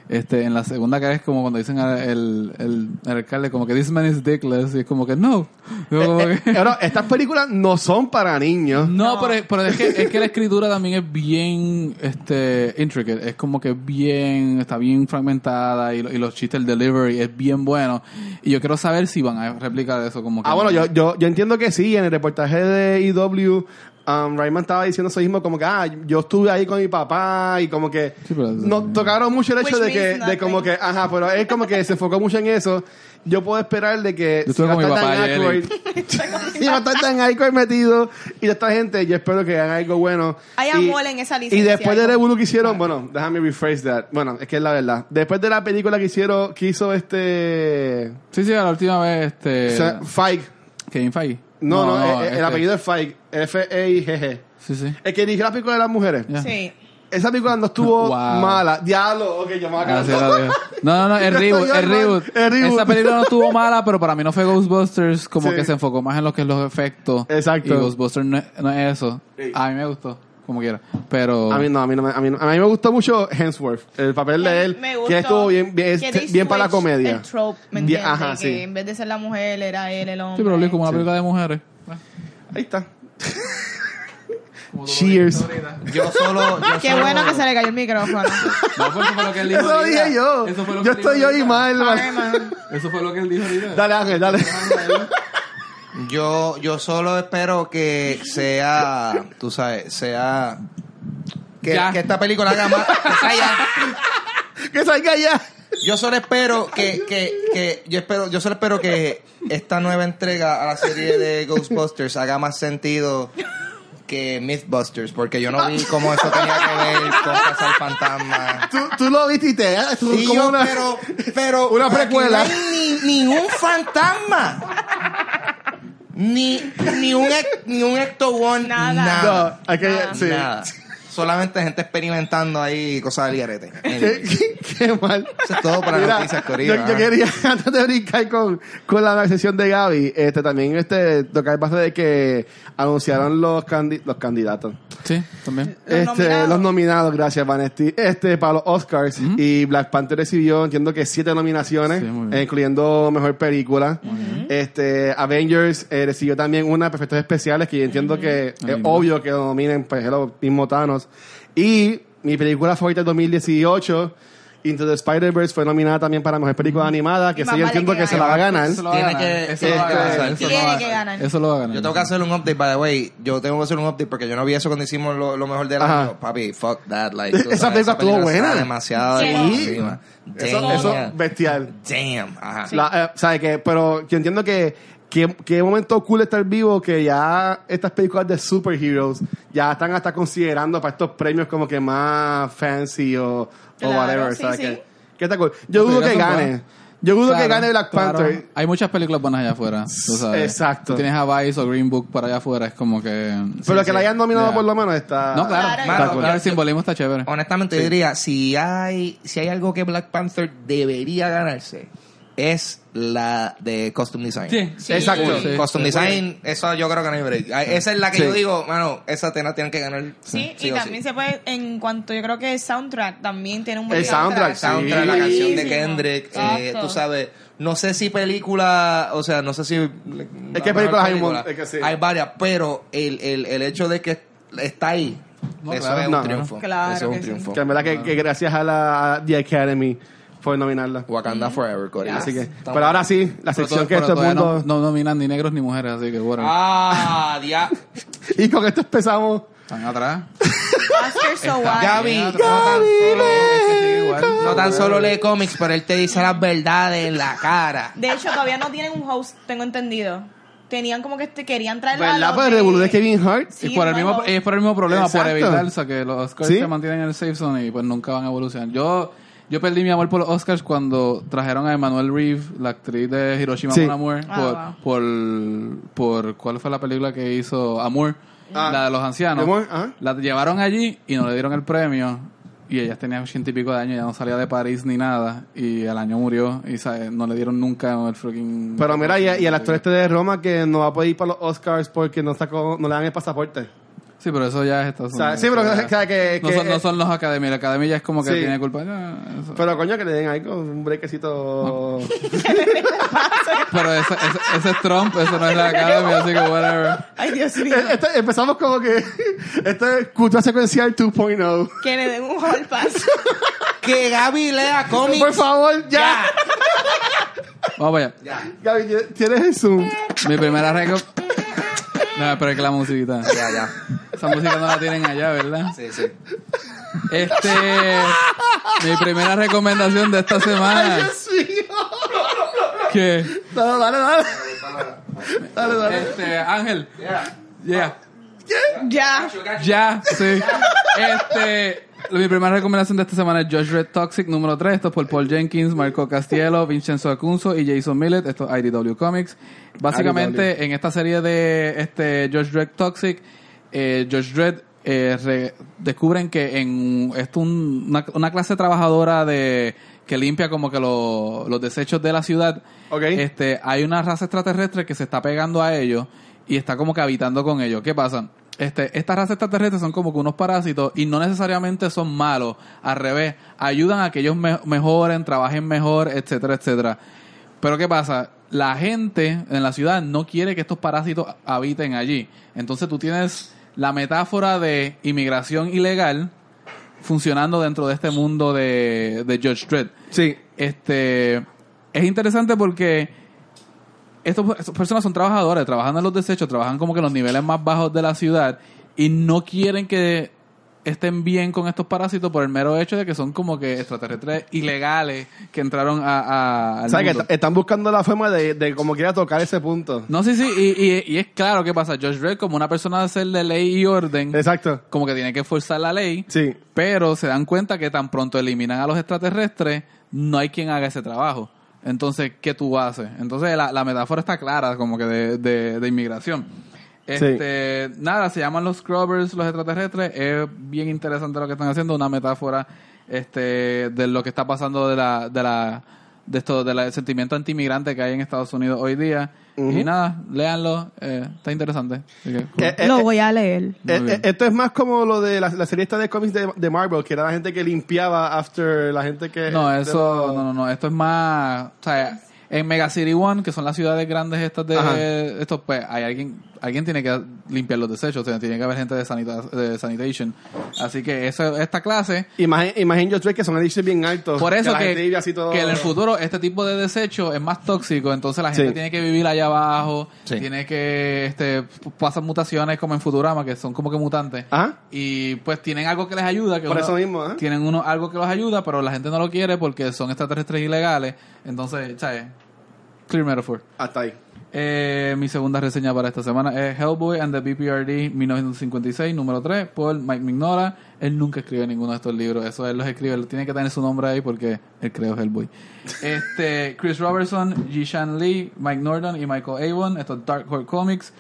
Speaker 2: Este, en la segunda que es como cuando dicen al el, el, al alcalde, como que this man is dickless, y es como que no. Yo como
Speaker 4: Eh,
Speaker 2: que-
Speaker 4: pero estas películas no son para niños.
Speaker 2: No,
Speaker 3: No.
Speaker 2: pero, pero es, que, es que la escritura también es bien este, intricate. Es como que bien, está bien fragmentada y, lo- y los chistes, el delivery es bien bueno. Y yo quiero saber si van a replicar eso como que...
Speaker 4: Ah, bueno, yo, yo, yo entiendo que sí. En el reportaje de IW, um, Rayman estaba diciendo eso mismo, como que, ah, yo estuve ahí con mi papá y como que...
Speaker 2: Sí, pero-
Speaker 4: no, tocaron mucho el hecho
Speaker 3: Which
Speaker 4: de que,
Speaker 3: means
Speaker 4: de como que,
Speaker 3: nothing.
Speaker 4: ajá, pero él como que se enfocó mucho en eso. Yo puedo esperar de que...
Speaker 2: Yo estuve
Speaker 4: si va
Speaker 2: con
Speaker 4: a
Speaker 2: mi
Speaker 4: estar
Speaker 2: papá
Speaker 4: tan
Speaker 2: ayer
Speaker 4: awkward- Si va a estar tan awkward metido y esta gente, yo espero que hagan algo bueno.
Speaker 3: Hay
Speaker 4: Y-
Speaker 3: amor en esa
Speaker 4: Y
Speaker 3: licencia,
Speaker 4: después
Speaker 3: hay
Speaker 4: del
Speaker 3: amor.
Speaker 4: uno que hicieron, bueno, déjame rephrase that. Bueno, es que es la verdad. Después de la película que hicieron, que hizo este...
Speaker 2: Sí, sí, la última vez, este...
Speaker 4: o sea, Feige,
Speaker 2: Kevin Feige.
Speaker 4: no, no, eh, eh, el,
Speaker 2: este-
Speaker 4: apellido es E Feig. F-E-I-G-G.
Speaker 2: Sí, sí.
Speaker 4: El que dirigió la película de las mujeres.
Speaker 2: Ya.
Speaker 3: Sí.
Speaker 4: Esa película no estuvo
Speaker 2: Wow.
Speaker 4: mala. Diablo, ok, yo me voy a
Speaker 2: Ah, sí,
Speaker 4: cansar.
Speaker 2: la dejo. No, no, no, el
Speaker 4: Yo
Speaker 2: reboot,
Speaker 4: estoy
Speaker 2: el
Speaker 4: igual,
Speaker 2: reboot.
Speaker 4: el reboot.
Speaker 2: Esa película no estuvo mala, pero para mí no fue Ghostbusters, como
Speaker 4: Sí.
Speaker 2: que se enfocó más en lo que es los efectos.
Speaker 4: Exacto.
Speaker 2: Y Ghostbusters no es, no es eso. A mí me gustó, como quiera. Pero...
Speaker 4: A mí no, a mí no, me- a mí no. A mí me gustó mucho Hensworth, el papel de él,
Speaker 3: Me gustó
Speaker 4: que estuvo bien, bien,
Speaker 3: que
Speaker 4: este-
Speaker 3: they
Speaker 4: bien para la
Speaker 3: switched
Speaker 4: comedia.
Speaker 3: El trope, ¿me
Speaker 4: Bien,
Speaker 3: entiendes?
Speaker 4: ajá,
Speaker 3: que
Speaker 4: sí.
Speaker 3: en vez de ser la mujer, era él el hombre.
Speaker 2: Sí, pero Luis, como una película de mujeres.
Speaker 4: Ahí está. Cheers.
Speaker 1: yo solo, yo
Speaker 3: Qué
Speaker 1: solo-
Speaker 3: bueno que se le cayó el micrófono.
Speaker 2: No, pues, eso fue lo que él dijo
Speaker 4: Eso lo
Speaker 2: ahorita.
Speaker 4: dije yo.
Speaker 2: Eso fue lo que
Speaker 4: Yo
Speaker 2: él dijo
Speaker 4: estoy hoy
Speaker 2: ahorita.
Speaker 4: mal. man.
Speaker 3: Sorry, man.
Speaker 2: Eso fue lo que él dijo ahorita.
Speaker 4: Dale, Ángel, dale.
Speaker 1: Yo, yo solo espero que sea, tú sabes, sea que,
Speaker 2: Ya.
Speaker 1: que esta película haga más. que sea ya.
Speaker 4: que salga ya.
Speaker 1: Yo solo espero que, que, que yo espero, yo solo espero que esta nueva entrega a la serie de Ghostbusters haga más sentido que Mythbusters, porque yo no vi cómo eso tenía que ver con Casa del Fantasma.
Speaker 4: Tú, tú lo viste y te... ah, tú
Speaker 1: Y
Speaker 4: como
Speaker 1: yo,
Speaker 4: una-
Speaker 1: pero, pero
Speaker 4: una
Speaker 1: aquí
Speaker 4: precuela.
Speaker 1: No hay ni, ni un fantasma. Ni, ni un ec- ni un Ecto One.
Speaker 3: Nada.
Speaker 4: No, hay que...
Speaker 3: Ah.
Speaker 4: sí.
Speaker 1: Nada. Solamente gente experimentando ahí cosas del garete.
Speaker 4: qué,
Speaker 1: Anyway,
Speaker 4: qué- qué mal.
Speaker 1: Eso es todo para
Speaker 4: Mira,
Speaker 1: noticias
Speaker 4: yo,
Speaker 1: Corina.
Speaker 4: yo quería, antes de brincar con, con la sesión de Gaby, este, también este, tocar base de que anunciaron los, candi- los candidatos.
Speaker 2: Sí, también.
Speaker 3: Los
Speaker 4: este,
Speaker 3: nominados.
Speaker 4: Los nominados, gracias, Vanesti. Este, para los Oscars. Y Black Panther recibió, entiendo que siete nominaciones,
Speaker 2: Sí, muy bien.
Speaker 4: eh, incluyendo Mejor Película. Este, Avengers eh, recibió también una de efectos especiales, que yo entiendo que es
Speaker 2: Anima.
Speaker 4: obvio que lo nominen, pues, los mismo Thanos. Y mi película favorita del 2018, Into the Spider-Verse, fue nominada también para Mejor Película Animada, que
Speaker 3: Y
Speaker 4: sí,
Speaker 3: más
Speaker 4: yo
Speaker 3: vale
Speaker 4: entiendo que,
Speaker 3: que
Speaker 4: se la va a
Speaker 2: gane.
Speaker 4: ganar.
Speaker 2: Eso lo va a
Speaker 1: Tiene
Speaker 2: ganar.
Speaker 1: que-
Speaker 2: Eso lo va a
Speaker 4: este,
Speaker 2: ganar. Eso lo va a
Speaker 3: Tiene que ganar.
Speaker 2: Eso lo va a ganar.
Speaker 1: Yo tengo que hacer un update, by the way. Yo tengo que hacer un update porque yo no vi eso cuando hicimos lo, lo mejor del
Speaker 4: Ajá.
Speaker 1: año. Papi, fuck that. Like, tú
Speaker 4: Esa
Speaker 1: sabes,
Speaker 4: película estuvo
Speaker 1: película está
Speaker 4: buena.
Speaker 1: demasiado.
Speaker 3: Sí.
Speaker 1: Sí.
Speaker 4: Eso, eso, bestial.
Speaker 1: Damn. Ajá.
Speaker 4: La- eh, ¿sabe qué? Pero yo entiendo que, Qué, qué momento cool estar vivo que ya estas películas de superheroes ya están hasta considerando para estos premios como que más fancy o, o
Speaker 3: Claro,
Speaker 4: whatever.
Speaker 3: sí,
Speaker 4: ¿sabes?
Speaker 3: sí.
Speaker 4: Que, que está cool. Yo dudo
Speaker 2: películas
Speaker 4: que
Speaker 2: son
Speaker 4: gane.
Speaker 2: buenas.
Speaker 4: Yo dudo que
Speaker 2: Claro,
Speaker 4: gane Black
Speaker 2: claro.
Speaker 4: Panther.
Speaker 2: Hay muchas películas buenas allá afuera. Tú sabes.
Speaker 4: Exacto.
Speaker 2: Tú tienes a Vice o Green Book para allá afuera. Es como que.
Speaker 4: Pero
Speaker 2: sí,
Speaker 4: que
Speaker 2: sí.
Speaker 4: la hayan nominado
Speaker 2: Yeah.
Speaker 4: por lo menos está...
Speaker 2: No, claro.
Speaker 3: Claro,
Speaker 2: está
Speaker 1: claro.
Speaker 2: cool.
Speaker 1: Yo-
Speaker 2: el simbolismo está chévere.
Speaker 1: Honestamente, yo diría, si hay, si hay algo que Black Panther debería ganarse, es la de Costume Design.
Speaker 2: Sí.
Speaker 3: Sí.
Speaker 4: Exacto.
Speaker 2: Sí.
Speaker 1: Costume Design, eso yo creo que no hay break. Ah, Esa es la que
Speaker 4: Sí.
Speaker 1: yo digo, mano, esa tena tienen que ganar.
Speaker 3: Sí, y
Speaker 1: o
Speaker 3: también se puede, en cuanto yo creo que el soundtrack también tiene un buen
Speaker 4: El soundtrack, sí.
Speaker 1: Soundtrack, la canción de
Speaker 3: Buenísimo.
Speaker 1: Kendrick, eh,
Speaker 3: Exacto.
Speaker 1: tú sabes. No sé si película, o sea, no sé si. Es
Speaker 4: que películas hay un mon- es que sí.
Speaker 1: Hay varias, pero el, el, el hecho de que está ahí,
Speaker 2: No,
Speaker 1: eso
Speaker 2: claro.
Speaker 1: es un
Speaker 4: No, no.
Speaker 1: triunfo.
Speaker 3: Claro
Speaker 1: eso es un
Speaker 3: que sí.
Speaker 1: triunfo.
Speaker 4: Que en verdad que, que gracias a la The Academy por nominarla.
Speaker 1: Wakanda Forever, Corea.
Speaker 4: Así que, pero ahora sí, la
Speaker 2: Pero
Speaker 4: sección
Speaker 2: todo-
Speaker 4: que
Speaker 2: pero
Speaker 4: todo el
Speaker 2: todavía
Speaker 4: mundo...
Speaker 2: No, no nominan ni negros ni mujeres, así que bueno.
Speaker 1: Ah, dia.
Speaker 4: Y con esto empezamos.
Speaker 2: Están atrás.
Speaker 3: Oscar So White.
Speaker 1: Gaby, no
Speaker 2: Gaby,
Speaker 1: tan solo,
Speaker 2: igual.
Speaker 1: no tan solo lee cómics, pero él te dice las verdades en la cara.
Speaker 3: De hecho, todavía no tienen un host, tengo entendido. Tenían como que este- querían traer a
Speaker 4: ¿Verdad?
Speaker 3: los
Speaker 4: Pero el
Speaker 3: de-
Speaker 4: revolú de Kevin Hart.
Speaker 3: Sí,
Speaker 2: y por el
Speaker 3: no hay
Speaker 2: mismo,
Speaker 3: host.
Speaker 2: y es por el mismo problema,
Speaker 4: Exacto.
Speaker 2: por evitar, o sea, que los Oscars
Speaker 4: Sí.
Speaker 2: se mantienen en el safe zone y pues nunca van a evolucionar. Yo, yo perdí mi amor por los Oscars cuando trajeron a Emmanuel Reeve, la actriz de Hiroshima
Speaker 4: Sí.
Speaker 2: Mon Amour,
Speaker 3: Ah,
Speaker 2: por, por, por- cuál fue la película que hizo Amour,
Speaker 4: Ah.
Speaker 2: la de los ancianos.
Speaker 4: Amour, ah. ajá.
Speaker 2: La llevaron allí y no le dieron el premio. Y ella tenía ochenta y pico de años, ya no salía de París ni nada. Y al año murió y ¿sabes? no le dieron nunca el freaking...
Speaker 4: Pero mira, y, y el actor este de Roma que no va a poder ir para los Oscars porque no sacó, no le dan el pasaporte.
Speaker 2: Sí, pero eso ya es Estados
Speaker 4: O sea,
Speaker 2: Unidos.
Speaker 4: sí, pero
Speaker 2: Eso
Speaker 4: que-
Speaker 2: ya-
Speaker 4: que- que-
Speaker 2: no,
Speaker 4: que-
Speaker 2: son, no son los academias. La academia ya es como que
Speaker 4: Sí.
Speaker 2: tiene culpa. No, eso.
Speaker 4: Pero coño, que le den ahí con un brequecito.
Speaker 2: Pero ese, ese- ese es Trump, eso no es la academia, así que whatever.
Speaker 3: Ay, Dios mío.
Speaker 4: Eh, este- empezamos como que. Esto es cultura secuencial oh. 2.0.
Speaker 3: que le den un hall pass.
Speaker 1: Que Gaby lea cómics.
Speaker 4: Por favor, ya.
Speaker 1: Ya.
Speaker 2: Vamos allá.
Speaker 4: Gaby, ¿tienes el Zoom?
Speaker 2: Mi primera récord. No, pero es que la musiquita.
Speaker 1: Ya, ya.
Speaker 2: Esa música no la tienen allá, ¿verdad?
Speaker 1: Sí, sí.
Speaker 2: Este. Mi primera recomendación de esta
Speaker 4: Ay,
Speaker 2: semana.
Speaker 4: Dios mío.
Speaker 2: Que.
Speaker 4: No, dale, dale. Dale, dale.
Speaker 2: Este, Ángel.
Speaker 1: Ya.
Speaker 2: Yeah.
Speaker 3: ya.
Speaker 2: Ya, sí. Este, mi primera recomendación de esta semana es Josh Red Toxic número 3. Esto es por Paul Jenkins, Marco Castiello, Vincenzo Acunzo y Jason Millet. Esto es IDW Comics. Básicamente, en esta serie de este Josh Red Toxic, eh, Josh Red eh, re- descubren que en esto un- una, una clase trabajadora de que limpia como que lo- los desechos de la ciudad
Speaker 4: Ok.
Speaker 2: este, hay una raza extraterrestre que se está pegando a ellos y está como que habitando con ellos. ¿Qué pasa? Este, estas razas extraterrestres son como que unos parásitos y no necesariamente son malos. Al revés, ayudan a que ellos me- mejoren, trabajen mejor, etcétera, etcétera. Pero ¿qué pasa? La gente en la ciudad no quiere que estos parásitos habiten allí. Entonces tú tienes la metáfora de inmigración ilegal funcionando dentro de este mundo de, de Judge Dredd.
Speaker 4: Sí.
Speaker 2: Este es interesante porque estos- estas personas son trabajadores, trabajan en los desechos, trabajan como que en los niveles más bajos de la ciudad y no quieren que estén bien con estos parásitos por el mero hecho de que son como que extraterrestres ilegales que entraron a, a- al
Speaker 4: O sea, que
Speaker 2: mundo.
Speaker 4: est- están buscando la forma de, de como quiera tocar ese punto.
Speaker 2: No, sí, sí, y, y- y es claro que pasa. George Red, como una persona de ser de ley y orden,
Speaker 4: Exacto.
Speaker 2: como que tiene que forzar la ley,
Speaker 4: Sí.
Speaker 2: pero se dan cuenta que tan pronto eliminan a los extraterrestres, no hay quien haga ese trabajo. Entonces, ¿qué tú haces? Entonces, la, la metáfora está clara, como que de, de- de inmigración. Este, Nada, se llaman los scrubbers, los extraterrestres. Es bien interesante lo que están haciendo, una metáfora este, de lo que está pasando de la, de la, de esto, del sentimiento antimigrante que hay en Estados Unidos hoy día. Y nada, léanlo, eh, está interesante. Así que, cool.
Speaker 4: Eh, eh, eh,
Speaker 3: voy a leer.
Speaker 2: Muy
Speaker 4: Eh,
Speaker 2: bien.
Speaker 4: eh, esto es más como lo de la, la serie esta de cómics de, de Marvel, que era la gente que limpiaba after la gente que...
Speaker 2: No,
Speaker 4: de
Speaker 2: eso,
Speaker 4: los-
Speaker 2: no, no, no, esto es más, o sea, en Mega City One, que son las ciudades grandes estas
Speaker 4: Ajá.
Speaker 2: de, estos, pues, hay alguien, alguien tiene que limpiar los desechos, o sea, tiene que haber gente de, sanita- de sanitation. Así que eso, esta clase,
Speaker 4: Imagen, imagen yo tres que son ediciones bien altos.
Speaker 2: por eso
Speaker 4: la
Speaker 2: que,
Speaker 4: gente vive así todo-
Speaker 2: que en el futuro este tipo de desecho es más tóxico, entonces la gente
Speaker 4: Sí.
Speaker 2: tiene que vivir allá abajo,
Speaker 1: Sí.
Speaker 2: tiene que, este, pasan mutaciones como en Futurama, que son como que mutantes.
Speaker 4: Ajá.
Speaker 2: Y pues tienen algo que les ayuda. Que
Speaker 4: Ah. Por eso mismo, ¿eh?
Speaker 2: Tienen uno, algo que los ayuda, pero la gente no lo quiere porque son extraterrestres ilegales. Entonces, ¿sabes? Clear metaphor.
Speaker 4: Hasta ahí.
Speaker 2: Eh, mi segunda reseña para esta semana es Hellboy and the BPRD 1956, número 3, por Mike Mignola. Él nunca escribe ninguno de estos libros, eso él los escribe, él tiene que tener su nombre ahí porque él creó Hellboy. Este, Chris Robertson, Jishan Lee, Mike Norton y Michael Avon, estos Dark Horse Comics.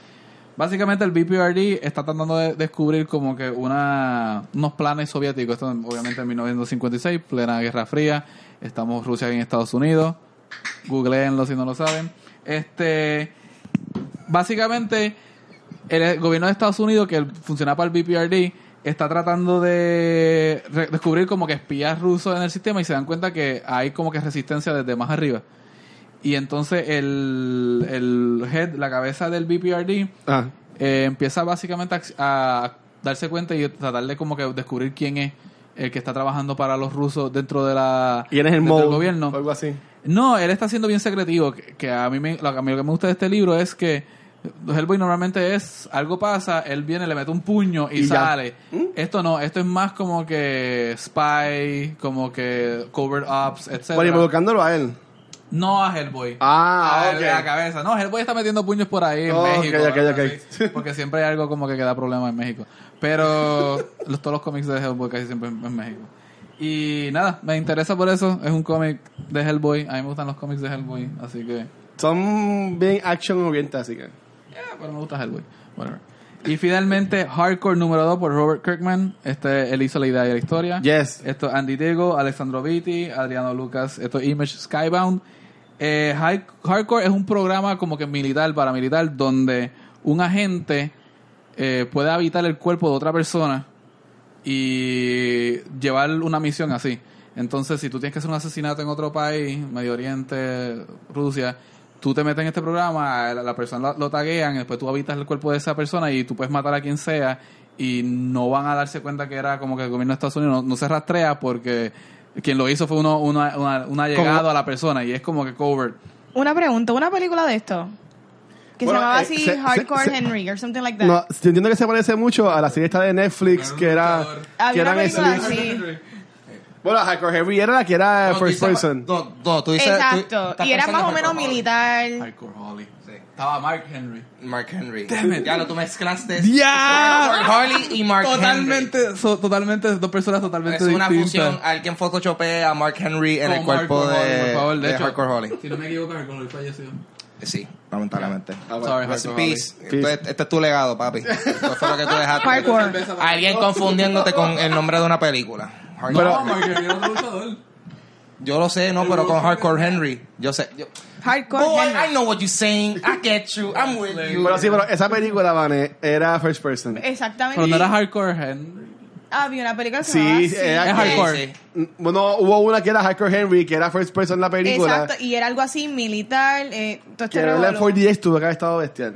Speaker 2: Básicamente el BPRD está tratando de descubrir como que una, unos planes soviéticos. Esto obviamente en 1956, plena Guerra Fría. Estamos Rusia y en Estados Unidos. Googleenlo si no lo saben. Este, básicamente el gobierno de Estados Unidos que funcionaba para el BPRD está tratando de re- descubrir como que espías rusos en el sistema y se dan cuenta que hay como que resistencia desde más arriba. Y entonces el, el head, la cabeza del BPRD,
Speaker 4: Ah,
Speaker 2: eh, empieza básicamente a, a darse cuenta y tratar de como que descubrir quién es el que está trabajando para los rusos dentro de la
Speaker 4: y eres el
Speaker 2: dentro del
Speaker 4: modo
Speaker 2: gobierno.
Speaker 4: algo así.
Speaker 2: No, él está siendo bien secretivo. Que, que a, mí me, lo, a mí lo que me gusta de este libro es que Hellboy normalmente es algo pasa, él viene, le mete un puño y,
Speaker 4: Y ya. ¿Mm?
Speaker 2: sale. Esto no, esto es más como que spy, como que covered ups, etc.
Speaker 4: Bueno, invocándolo a él.
Speaker 2: No a Hellboy.
Speaker 4: Ah,
Speaker 2: a él,
Speaker 4: ok.
Speaker 2: la cabeza. No, Hellboy está metiendo puños por ahí en
Speaker 4: Oh,
Speaker 2: México.
Speaker 4: ok, ok,
Speaker 2: algo
Speaker 4: ok.
Speaker 2: así, porque siempre hay algo como que da problemas en México. Pero los- todos los cómics de Hellboy casi siempre en, en México. Y nada, me interesa por eso. Es un cómic de Hellboy. A mí me gustan los cómics de Hellboy. Así que...
Speaker 4: Son bien action orientadas, así que.
Speaker 2: Yeah, Eh, pero me gusta Hellboy. Whatever. Y finalmente, Hardcore número 2 por Robert Kirkman. Este, él hizo la idea y la historia.
Speaker 4: Yes.
Speaker 2: Esto es Andy Diego, Alexandro Vitti, Adriano Lucas. Esto es Image Skybound. Eh, Hi- Hardcore es un programa como que militar, paramilitar, donde un agente eh, puede habitar el cuerpo de otra persona y llevar una misión así. Entonces, si tú tienes que hacer un asesinato en otro país, Medio Oriente, Rusia, tú te metes en este programa, la, la persona lo, lo taguean, después tú habitas el cuerpo de esa persona y tú puedes matar a quien sea y no van a darse cuenta que era como que el gobierno de Estados Unidos no, no se rastrea porque quien lo hizo fue uno, una, una- un allegado a la persona y es como que covered.
Speaker 3: Una pregunta, una película de esto. Que
Speaker 4: Bueno,
Speaker 3: se llamaba
Speaker 4: eh,
Speaker 3: así
Speaker 4: se- se-
Speaker 3: Hardcore
Speaker 4: se-
Speaker 3: Henry or something like that.
Speaker 4: No, yo entiendo que se parece mucho a la serie esta de Netflix, que era. Que
Speaker 3: Había una
Speaker 4: eran
Speaker 3: película
Speaker 4: Slick.
Speaker 3: así.
Speaker 4: Bueno, Hardcore Heavy era la que era
Speaker 1: No, tú
Speaker 4: First
Speaker 1: dices-
Speaker 4: Person.
Speaker 1: No, no, tú dices. tú-
Speaker 3: Exacto.
Speaker 1: estás
Speaker 3: Y era
Speaker 1: pensando
Speaker 3: más o
Speaker 1: en
Speaker 3: menos
Speaker 1: Mark Hamill.
Speaker 3: militar.
Speaker 2: Hardcore Holly. Estaba Mark Henry.
Speaker 1: Mark Henry. Ya lo tú mezclaste.
Speaker 4: ¡Ya!
Speaker 1: Mark Harley y Mark Henry.
Speaker 2: Totalmente, so- totalmente, dos personas totalmente
Speaker 1: Es una
Speaker 2: distintas.
Speaker 1: fusión. Alguien photoshopee a Mark Henry en el
Speaker 2: Con
Speaker 1: cuerpo
Speaker 2: Oh, Hardcore
Speaker 1: de,
Speaker 2: Holly, por favor, de
Speaker 1: de
Speaker 2: hecho.
Speaker 1: Hardcore Holly.
Speaker 2: Si no me equivoco, Hardcore Holly falleció.
Speaker 1: Sí, lamentablemente.
Speaker 2: Sorry,
Speaker 1: Rest in
Speaker 2: Hardcore
Speaker 1: peace.
Speaker 4: Peace.
Speaker 1: Este, este es tu legado, papi. Esto fue lo que tú dejaste.
Speaker 3: Hardcore.
Speaker 2: Holly.
Speaker 1: Alguien confundiéndote con el nombre de una película. Hardcore
Speaker 4: Pero-
Speaker 2: No, Mark Henry era otro luchador.
Speaker 1: Yo lo sé, no, pero con Hardcore Henry. Yo sé. yo-
Speaker 3: Hardcore
Speaker 4: Oh,
Speaker 1: Boy,
Speaker 3: Henry.
Speaker 1: I know what you're saying. I get you. I'm with you.
Speaker 4: Bueno, sí, pero esa película, Vane, era First Person.
Speaker 3: Eh. Exactamente. Ah,
Speaker 2: Pero no era Hardcore Henry.
Speaker 3: Había una película que se
Speaker 4: Sí,
Speaker 3: llamaba así.
Speaker 4: era-
Speaker 2: Es
Speaker 1: Sí,
Speaker 2: Hardcore.
Speaker 1: sí.
Speaker 4: Bueno, hubo una que era Hardcore Henry, que era First Person la película.
Speaker 3: Exacto. Y era algo así militar. Eh, todo este
Speaker 4: Que era la
Speaker 3: revolú.
Speaker 4: 4DX, tuvo que haber estado bestial.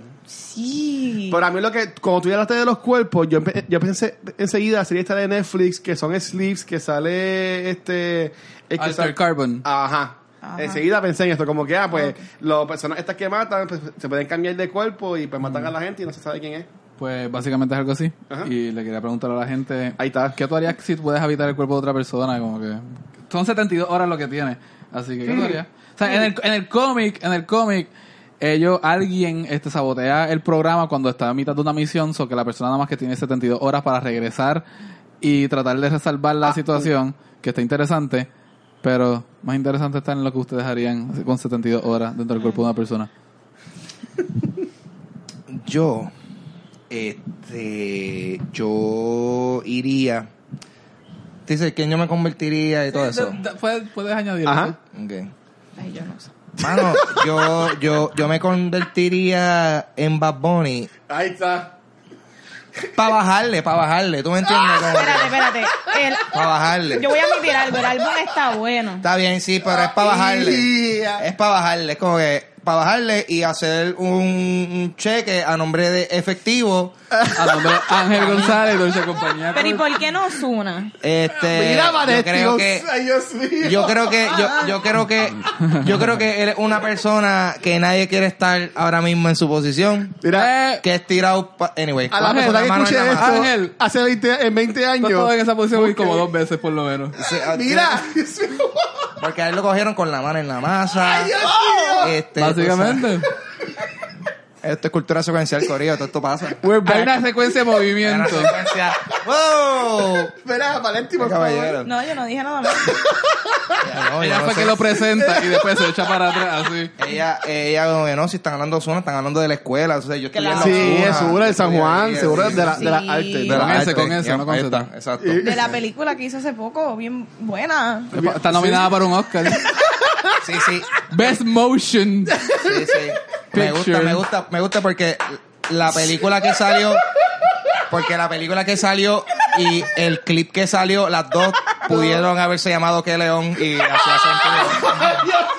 Speaker 3: Sí.
Speaker 4: Para mí lo que, cuando tú hablaste de los cuerpos, yo, empe- yo pensé enseguida, la serie esta de Netflix, que son Sleeps, que sale este... el que
Speaker 2: Alter
Speaker 4: sa-
Speaker 2: Carbon.
Speaker 1: Ah.
Speaker 4: Ajá.
Speaker 3: Ajá.
Speaker 4: Enseguida pensé en esto, como que, ah, pues, las personas estas que matan, pues, se pueden cambiar de cuerpo y pues
Speaker 3: Mm.
Speaker 4: matan a la gente y no se sabe quién es.
Speaker 2: Pues básicamente es algo así.
Speaker 4: Ajá.
Speaker 2: Y le quería preguntar a la gente.
Speaker 4: Ahí está.
Speaker 2: ¿Qué tú harías si tú puedes habitar el cuerpo de otra persona? Como que son 72 horas lo que tiene. Así que, ¿qué tú harías? O sea, en el, en el cómic, en el cómic, ellos, alguien este, sabotea el programa cuando está a mitad de una misión, so que la persona nada más que tiene 72 horas para regresar y tratar de resalvar
Speaker 3: Ah,
Speaker 2: la situación, que está interesante, pero más interesante está en lo que ustedes harían así, con 72 horas dentro del cuerpo de una persona.
Speaker 1: Yo, este, yo iría. Dice que yo me convertiría y todo eso.
Speaker 2: Eh, Da- da- Puedes, puedes añadir
Speaker 4: Ajá.
Speaker 1: Ok.
Speaker 3: Ay, yo no sé.
Speaker 1: Mano, yo, yo, yo me convertiría en Bad Bunny
Speaker 4: Ahí está.
Speaker 1: para bajarle, para bajarle. ¿Tú me entiendes?
Speaker 3: Espérate, espérate. El-
Speaker 1: Para bajarle.
Speaker 3: yo voy a admitir algo. El álbum está bueno.
Speaker 1: Está bien, sí, pero es para bajarle. Es para bajarle, es como que para bajarle y hacer un, un cheque a nombre de efectivo.
Speaker 2: A nombre Ah, de Ángel González, Dulce Compañía.
Speaker 3: Pero ¿y por qué no Osuna?
Speaker 1: Este,
Speaker 4: Mira, Vane,
Speaker 1: yo creo
Speaker 4: Dios,
Speaker 1: que
Speaker 4: ay, Dios mío.
Speaker 1: yo creo que yo, yo creo que yo creo que eres una persona que nadie quiere estar ahora mismo en su posición,
Speaker 4: Mira,
Speaker 2: Eh,
Speaker 1: que es tirado pa- anyway.
Speaker 4: a la
Speaker 1: Ángel,
Speaker 4: persona que
Speaker 1: mano en
Speaker 4: escuche
Speaker 1: la
Speaker 4: esto
Speaker 1: mano.
Speaker 2: Ángel.
Speaker 4: hace 20, en 20
Speaker 2: Yo he estado en
Speaker 4: años.
Speaker 2: esa posición como dos veces por lo menos.
Speaker 1: Sí, ah,
Speaker 4: Mira,
Speaker 1: Porque a él lo cogieron con la mano en la masa. Este,
Speaker 2: pues, Básicamente.
Speaker 1: o sea, Esto es cultura secuencial, Corillo. Todo esto pasa.
Speaker 4: We're
Speaker 2: Hay
Speaker 4: back.
Speaker 2: una secuencia de
Speaker 1: Una
Speaker 2: movimiento.
Speaker 1: secuencia. ¡Wow!
Speaker 4: Espera, Valenti, por
Speaker 1: Caballero.
Speaker 4: favor.
Speaker 3: No, yo no dije nada más.
Speaker 1: Ya, no, ya
Speaker 2: Ella
Speaker 1: no
Speaker 2: fue
Speaker 1: sé.
Speaker 2: que lo presenta y después se echa para atrás así.
Speaker 1: Ella, ella, como que no, si están hablando de Osuna, están hablando de la escuela. O sea, yo estoy
Speaker 3: Claro.
Speaker 1: en
Speaker 4: Sí,
Speaker 1: Osuna,
Speaker 4: es seguro del San
Speaker 1: estoy
Speaker 4: Juan,
Speaker 1: ahí,
Speaker 4: seguro
Speaker 1: sí.
Speaker 4: de la, ah, este, de las
Speaker 3: Sí.
Speaker 4: artes.
Speaker 1: De la
Speaker 2: Con ese,
Speaker 1: arte,
Speaker 2: con ese,
Speaker 1: este, ya,
Speaker 2: no con
Speaker 1: ahí
Speaker 2: Z.
Speaker 1: está, Exacto.
Speaker 3: De la película que hizo hace poco, bien buena.
Speaker 2: Está nominada para un Oscar.
Speaker 1: Sí, sí.
Speaker 2: Best
Speaker 1: Sí,
Speaker 2: Motion.
Speaker 1: sí. Me gusta,
Speaker 2: Picture.
Speaker 1: me gusta, me gusta porque la película que salió, porque la película que salió y el clip que salió, las dos pudieron haberse llamado Que León y hacía sentido.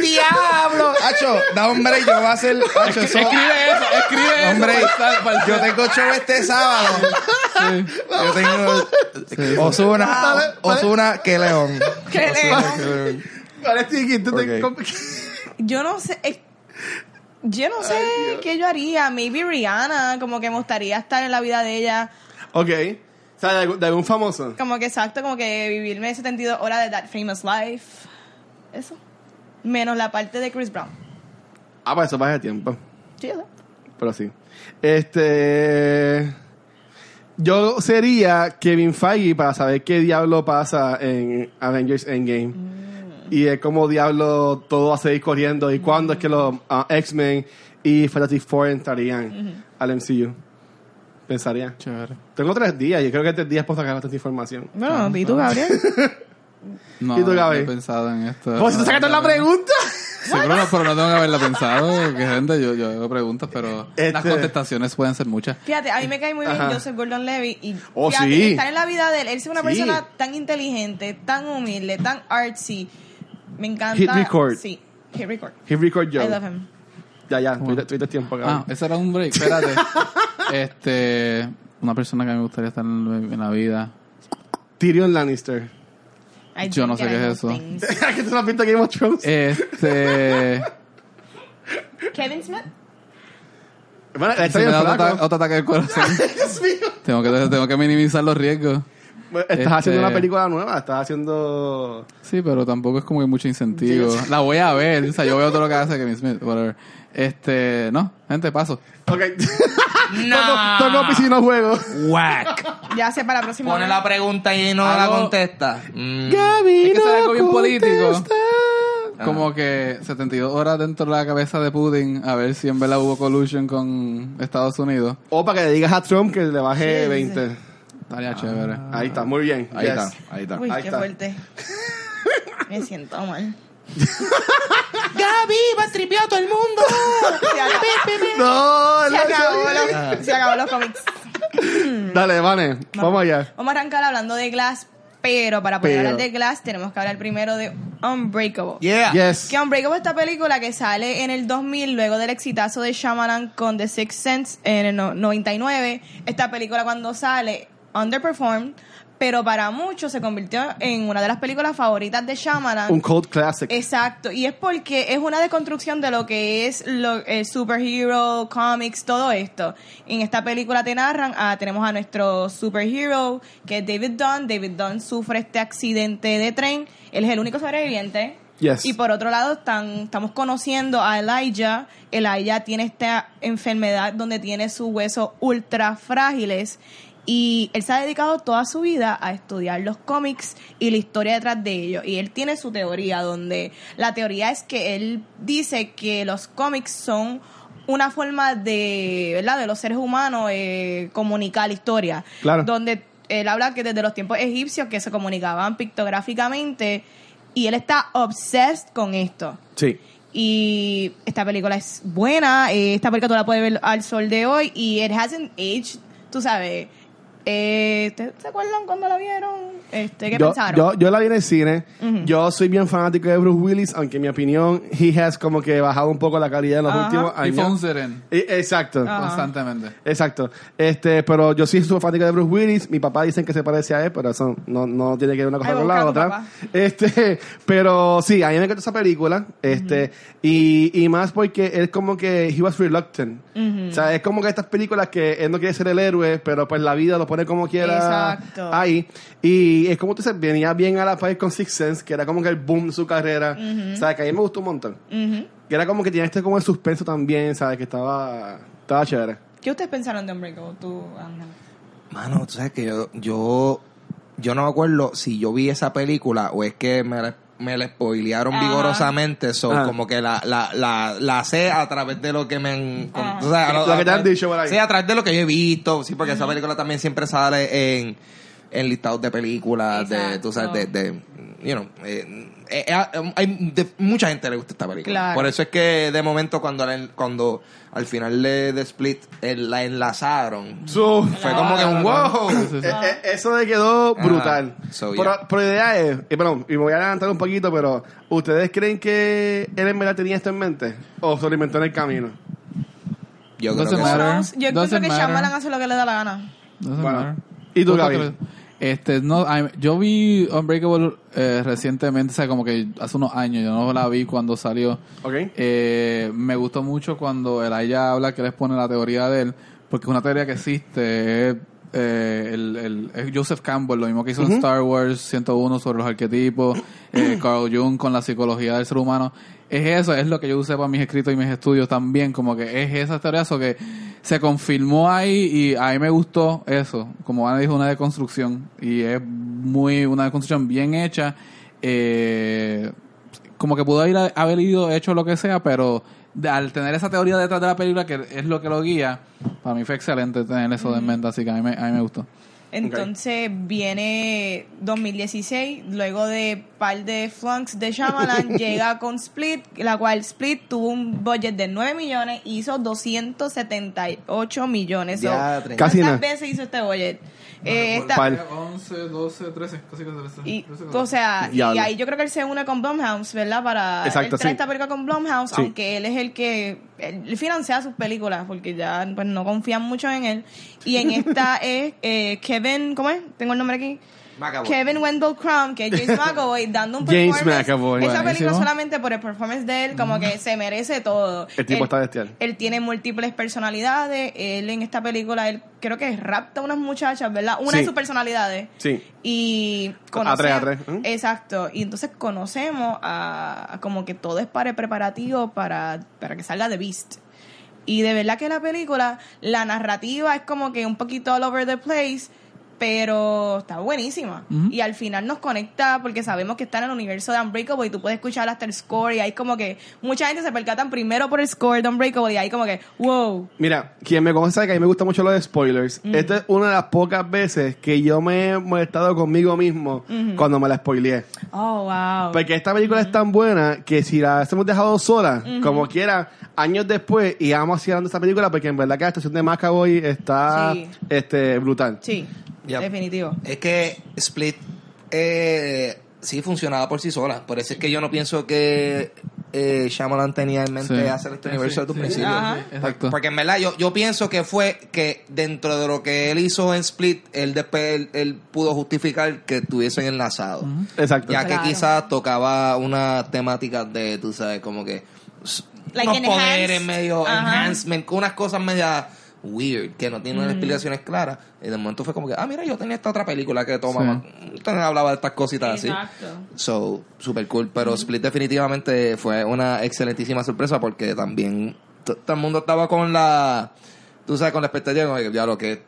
Speaker 1: ¡Diablo! Hacho, da un break, yo voy a hacer. Hacho, eso-
Speaker 2: Escribe eso, escribe eso.
Speaker 1: Hombre,
Speaker 2: para el- para el-
Speaker 1: yo tengo show este sábado.
Speaker 2: sí.
Speaker 1: Yo tengo. Osuna, Osuna, Que León.
Speaker 3: Que le-
Speaker 4: Valenti, ¿quién tú te-
Speaker 1: Ok.
Speaker 3: Yo no sé. eh, Yo no sé qué yo haría. Maybe Rihanna, como que me gustaría estar en la vida de ella.
Speaker 4: Ok. O sea, de algún- de algún famoso.
Speaker 3: Como que exacto, como que vivirme 72 horas de That Famous Life. Eso. Menos la parte de Chris Brown.
Speaker 4: Ah, para eso pasa el tiempo.
Speaker 3: Sí, yo sé.
Speaker 4: Pero sí. Este. Yo sería Kevin Feige para saber qué diablo pasa en Avengers Endgame.
Speaker 3: Mm.
Speaker 4: Y es cómo diablo todo va a seguir corriendo y cuándo es que los ah, X-Men y Fantastic Four entrarían al MCU. Pensaría.
Speaker 2: Chévere.
Speaker 4: Tengo tres días y creo que tres días puedo sacar esta información.
Speaker 3: Bueno, ¿y tú, Gabriel?
Speaker 2: No,
Speaker 4: ¿Y tú,
Speaker 2: no
Speaker 4: Gaby?
Speaker 2: he pensado en esto.
Speaker 4: ¿Vos si tú sacaste la pregunta?
Speaker 2: Sí, pero no, pero no tengo que haberla pensado. Que gente, yo, yo hago preguntas, pero las
Speaker 4: Este-
Speaker 2: contestaciones pueden ser muchas.
Speaker 3: Fíjate, a mí me cae muy bien
Speaker 4: Ajá.
Speaker 3: Joseph Gordon Levy. Y
Speaker 4: Oh,
Speaker 3: fíjate,
Speaker 4: sí.
Speaker 3: estar en la vida de él. Él es una
Speaker 4: Sí.
Speaker 3: persona tan inteligente, tan humilde, tan artsy. Me encanta.
Speaker 4: Hit record.
Speaker 3: Sí, hit record.
Speaker 4: Hit record yo.
Speaker 3: I love him.
Speaker 4: Ya, ya, tuviste tuviste tiempo,
Speaker 2: Ah,
Speaker 4: cabrón.
Speaker 2: ese era un break, espérate. este, una persona que me gustaría estar en, en la vida.
Speaker 4: Tyrion Lannister.
Speaker 3: I
Speaker 2: Yo no
Speaker 3: think
Speaker 2: sé
Speaker 3: I
Speaker 2: qué
Speaker 3: know
Speaker 2: es eso.
Speaker 3: things.
Speaker 4: ¿Qué te la pinta Game of Thrones?
Speaker 2: Eh, Este,
Speaker 3: Kevin Smith.
Speaker 4: bueno, está
Speaker 2: se eh, me
Speaker 4: bien
Speaker 2: da otro,
Speaker 4: flaco.
Speaker 2: ata- otro ataque del corazón.
Speaker 4: Dios mío.
Speaker 2: tengo que tengo que minimizar los riesgos.
Speaker 4: Bueno, Estás
Speaker 2: Este-
Speaker 4: haciendo una película nueva, estás haciendo...
Speaker 2: Sí, pero tampoco es como que mucho incentivo. La voy a ver, o sea, yo veo todo lo que hace Kevin Smith, whatever. Este, no, gente, paso.
Speaker 4: Ok. Toco, toco piscina juego.
Speaker 1: Whack.
Speaker 3: Ya sé para la próxima.
Speaker 1: Pone
Speaker 3: vez.
Speaker 1: la pregunta y no la
Speaker 2: Algo-
Speaker 1: contesta. Mm.
Speaker 2: Es que se ve algo bien político.
Speaker 4: contesta.
Speaker 2: Como que 72 horas dentro de la cabeza de Putin a ver si en verdad hubo collusion con Estados Unidos.
Speaker 4: O para que le digas a Trump que le baje 20.
Speaker 2: Estaría chévere.
Speaker 4: Ahí está, muy bien.
Speaker 1: Ahí
Speaker 4: Yes.
Speaker 1: está, ahí está.
Speaker 3: Uy,
Speaker 4: Ahí
Speaker 3: qué
Speaker 4: está.
Speaker 3: fuerte. Me siento mal.
Speaker 1: Gaby, va a tripear a todo el mundo.
Speaker 3: Se acabó,
Speaker 4: No,
Speaker 3: se
Speaker 4: no,
Speaker 3: acabó
Speaker 4: no.
Speaker 3: los, se acabó los cómics.
Speaker 4: Dale, Vane, vamos allá.
Speaker 3: Vamos a arrancar hablando de Glass, pero para poder
Speaker 4: Pero.
Speaker 3: hablar de Glass tenemos que hablar primero de Unbreakable.
Speaker 1: Yeah.
Speaker 4: Yes.
Speaker 3: Que Unbreakable es esta película que sale en el 2000 luego del exitazo de Shyamalan con The Sixth Sense en el no- 99. Esta película cuando sale underperformed, pero para muchos se convirtió en una de las películas favoritas de Shyamalan.
Speaker 4: Un cult classic.
Speaker 3: Exacto, y es porque es una deconstrucción de lo que es lo, eh, superhero, cómics, todo esto. En esta película te narran, ah, tenemos a nuestro superhero, que es David Dunn. David Dunn sufre este accidente de tren, él es el único sobreviviente.
Speaker 4: Yes.
Speaker 3: Y por otro lado, están, estamos conociendo a Elijah. Elijah tiene esta enfermedad donde tiene sus huesos ultra frágiles. Y él se ha dedicado toda su vida a estudiar los cómics y la historia detrás de ellos. Y él tiene su teoría, donde la teoría es que él dice que los cómics son una forma de, ¿verdad? de los seres humanos eh, comunicar la historia.
Speaker 4: Claro.
Speaker 3: Donde él habla que desde los tiempos egipcios que se comunicaban pictográficamente y él está obsessed con esto.
Speaker 4: Sí.
Speaker 3: Y esta película es buena, eh, esta película tú la puedes ver al sol de hoy y it hasn't aged, tú sabes. Eh, ¿ustedes ¿Se acuerdan cuando la vieron? Este, ¿Qué
Speaker 4: yo,
Speaker 3: pensaron?
Speaker 4: Yo, yo la vi en el cine. Yo soy bien fanático de Bruce Willis, aunque en mi opinión, he has como que bajado un poco la calidad en los
Speaker 3: Ajá.
Speaker 4: últimos
Speaker 2: Y fue un
Speaker 4: años.
Speaker 2: seren,
Speaker 4: Eh, Exacto.
Speaker 3: Ah.
Speaker 2: constantemente.
Speaker 4: Exacto. Este, pero yo sí soy fanático de Bruce Willis. Mi papá dicen que se parece a él, pero eso no, no tiene que ver una cosa
Speaker 3: Ay,
Speaker 4: con la
Speaker 3: busca a tu
Speaker 4: otra.
Speaker 3: papá.
Speaker 4: Este, pero sí, a mí me encantó esa película. Este, y, y más porque él como que he was reluctant. O sea, es como que estas películas que él no quiere ser el héroe, pero pues la vida lo pone como quiera
Speaker 3: Exacto.
Speaker 4: ahí. Y es como tú dices, venía bien a la paz con Six Sense, que era como que el boom de su carrera. O sea, que a mí me gustó un montón.
Speaker 3: Ujú.
Speaker 4: Que era como que tenía este como el suspenso también, ¿sabes? Que estaba, estaba chévere.
Speaker 3: ¿Qué ustedes pensaron de Unbreakable, tú, Ángel?
Speaker 1: Mano, tú sabes que yo, yo, yo no me acuerdo si yo vi esa película o es que me la, me la spoilearon
Speaker 3: Ajá.
Speaker 1: vigorosamente. So,
Speaker 4: Ajá.
Speaker 1: como que la, la, la, la sé a través de lo que me han. con-
Speaker 3: Ajá.
Speaker 1: tú sabes, a
Speaker 4: Lo que te han dicho por ahí.
Speaker 1: Sí, a través de lo que yo he visto. Sí, porque esa película también siempre sale en, en listados de películas, de, tú sabes, de.
Speaker 3: Exacto.
Speaker 1: de, you know, eh, eh, eh, hay de- mucha gente le gusta esta película.
Speaker 3: Claro.
Speaker 1: Por eso es que de momento cuando, la en- cuando al final de, de Split eh, la enlazaron,
Speaker 4: So,
Speaker 1: fue como que un wow.
Speaker 4: Eh, eh, eso me quedó
Speaker 1: Ajá.
Speaker 4: brutal.
Speaker 1: So,
Speaker 4: pero,
Speaker 1: yeah.
Speaker 4: pero la idea es, y perdón, y me voy a adelantar un poquito, pero ¿ustedes creen que él en verdad tenía esto en mente? ¿O se lo inventó en el camino?
Speaker 1: Yo
Speaker 2: Entonces,
Speaker 1: creo que sí.
Speaker 2: Matter.
Speaker 3: No, yo encuentro
Speaker 2: Doesn't
Speaker 3: que
Speaker 2: matter.
Speaker 3: Shyamalan hace lo que le da la gana.
Speaker 2: Doesn't
Speaker 4: Bueno,
Speaker 2: matter.
Speaker 4: ¿y tú,
Speaker 2: Otra
Speaker 4: Gaby?
Speaker 2: cosa, Este, no, I'm- yo vi Unbreakable eh, recientemente, o sea, como que hace unos años, yo no la vi cuando salió.
Speaker 4: ¿Ok?
Speaker 2: Eh, me gustó mucho cuando el Aya habla que les pone la teoría de él, porque es una teoría que existe. es, eh, el, el- es Joseph Campbell, lo mismo que hizo en Star Wars 101 sobre los arquetipos, eh, Carl Jung con la psicología del ser humano. Es eso, es lo que yo usé para mis escritos y mis estudios también, como que es esa teoría, eso que se confirmó ahí y a mí me gustó eso, como Ana dijo, una deconstrucción y es muy una deconstrucción bien hecha. Eh, como que pudo ir a- haber ido hecho lo que sea, pero de- al tener esa teoría detrás de la película que es lo que lo guía, para mí fue excelente tener eso de mente, así que a mí me, a mí me gustó.
Speaker 3: Entonces viene 2016, luego de par de flunks de Shyamalan, llega con Split, la cual Split tuvo un budget de 9 millones y hizo 278 millones. So,
Speaker 1: Diatre.
Speaker 4: Casi nada.
Speaker 3: ¿Cuántas veces hizo este budget? Eh, esta-
Speaker 4: Par.
Speaker 2: 11, 12, 13, casi
Speaker 3: y, o sea, y
Speaker 4: Diablo.
Speaker 3: ahí yo creo que él se une con Blumhouse, ¿verdad? Para
Speaker 4: Exacto,
Speaker 3: él trae
Speaker 4: sí.
Speaker 3: esta película con Blumhouse,
Speaker 4: Sí.
Speaker 3: aunque él es el que él financia sus películas, porque ya pues, no confían mucho en él. Y en esta es eh, Kevin, ¿cómo es? Tengo el nombre aquí.
Speaker 1: Macaboy.
Speaker 3: Kevin Wendell Crumb, que es James McAvoy, dando un
Speaker 4: James
Speaker 3: performance.
Speaker 4: McAvoy.
Speaker 3: Esa película
Speaker 2: Buenísimo.
Speaker 3: solamente por el performance de él, como que se merece todo.
Speaker 4: El tipo
Speaker 3: Él-
Speaker 4: está bestial.
Speaker 3: él tiene múltiples personalidades. Él en esta película, él creo que rapta a unas muchachas, ¿verdad? Una de
Speaker 4: Sí.
Speaker 3: sus personalidades.
Speaker 4: Sí.
Speaker 3: Y
Speaker 4: A
Speaker 3: conocemos.
Speaker 4: tres, a tres, ¿eh?
Speaker 3: Exacto. Y entonces conocemos a, a como que todo es para el preparativo para, para que salga The Beast. Y de verdad que la película, la narrativa es como que un poquito all over the place, pero está buenísima. Y al final nos conecta porque sabemos que está en el universo de Unbreakable y tú puedes escuchar hasta el score y hay como que mucha gente se percatan primero por el score de Unbreakable y hay como que, wow.
Speaker 4: Mira, quien me conoce sabe que a mí me gustan mucho los spoilers. Esta es una de las pocas veces que yo me he molestado conmigo mismo cuando me la spoileé.
Speaker 3: Oh, wow.
Speaker 4: Porque esta película es tan buena que si la hemos dejado sola, como quiera, años después, y vamos a seguir hablando de esta película porque en verdad que la estación de Macaboy está
Speaker 3: Sí.
Speaker 4: este, brutal.
Speaker 3: sí,
Speaker 1: Yep.
Speaker 3: definitivo.
Speaker 1: Es que Split eh, sí funcionaba por sí sola. Por eso es que yo no pienso que eh, Shyamalan tenía en mente
Speaker 2: Sí.
Speaker 1: hacer este
Speaker 2: Sí,
Speaker 1: universo
Speaker 2: sí,
Speaker 1: de tu
Speaker 2: sí.
Speaker 1: principio.
Speaker 3: Ajá.
Speaker 2: Exacto.
Speaker 1: Porque en verdad yo, yo pienso que fue que dentro de lo que él hizo en Split, él después él, él pudo justificar que estuviesen enlazados.
Speaker 4: Exacto.
Speaker 1: Ya que
Speaker 3: Claro.
Speaker 1: quizás tocaba una temática de, tú sabes, como que s-
Speaker 3: Like
Speaker 1: unos
Speaker 3: enhanced.
Speaker 1: poderes medio
Speaker 3: Ajá.
Speaker 1: enhancement, con unas cosas media weird, que no
Speaker 3: Mm.
Speaker 1: tienen explicaciones claras. Y de momento fue como que, ah, mira, yo tenía esta otra película que tomaba, también hablaba de estas cositas así.
Speaker 3: Exacto.
Speaker 1: So, super cool. Pero Split definitivamente fue una excelentísima sorpresa porque también t- todo el mundo estaba con la, tú sabes, con la expectativa, como que, diablo, que,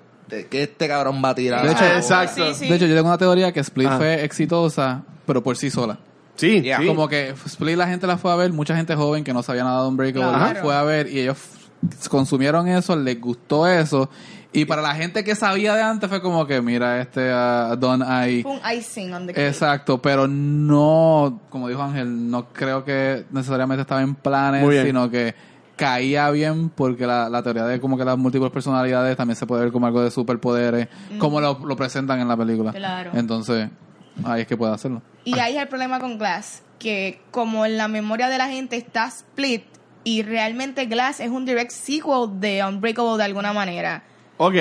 Speaker 1: que este cabrón va a tirar.
Speaker 2: De hecho,
Speaker 1: ahora".
Speaker 4: exacto.
Speaker 3: Ah, Sí, sí.
Speaker 2: De hecho, yo tengo una teoría que Split
Speaker 4: Ah.
Speaker 2: fue exitosa, pero por sí sola.
Speaker 4: Sí,
Speaker 1: Ya,
Speaker 4: sí.
Speaker 2: Como que Split la gente la fue a ver, mucha gente joven que no sabía nada de Unbreakable
Speaker 3: Claro.
Speaker 2: la fue a ver y ellos f- consumieron eso, les gustó eso. Y para la gente que sabía de antes fue como que, mira, este ah, Don ahí.
Speaker 3: Un icing on the cake.
Speaker 2: Exacto, pero no, como dijo Ángel, no creo que necesariamente estaba en planes,
Speaker 4: Muy bien.
Speaker 2: sino que caía bien porque la, la teoría de como que las múltiples personalidades también se puede ver como algo de superpoderes, como lo, lo presentan en la película.
Speaker 3: Claro.
Speaker 2: Entonces, ahí es que puede hacerlo.
Speaker 3: Y ahí es el problema con Glass, que como en la memoria de la gente está split y realmente Glass es un direct sequel de Unbreakable de alguna manera.
Speaker 4: Ok.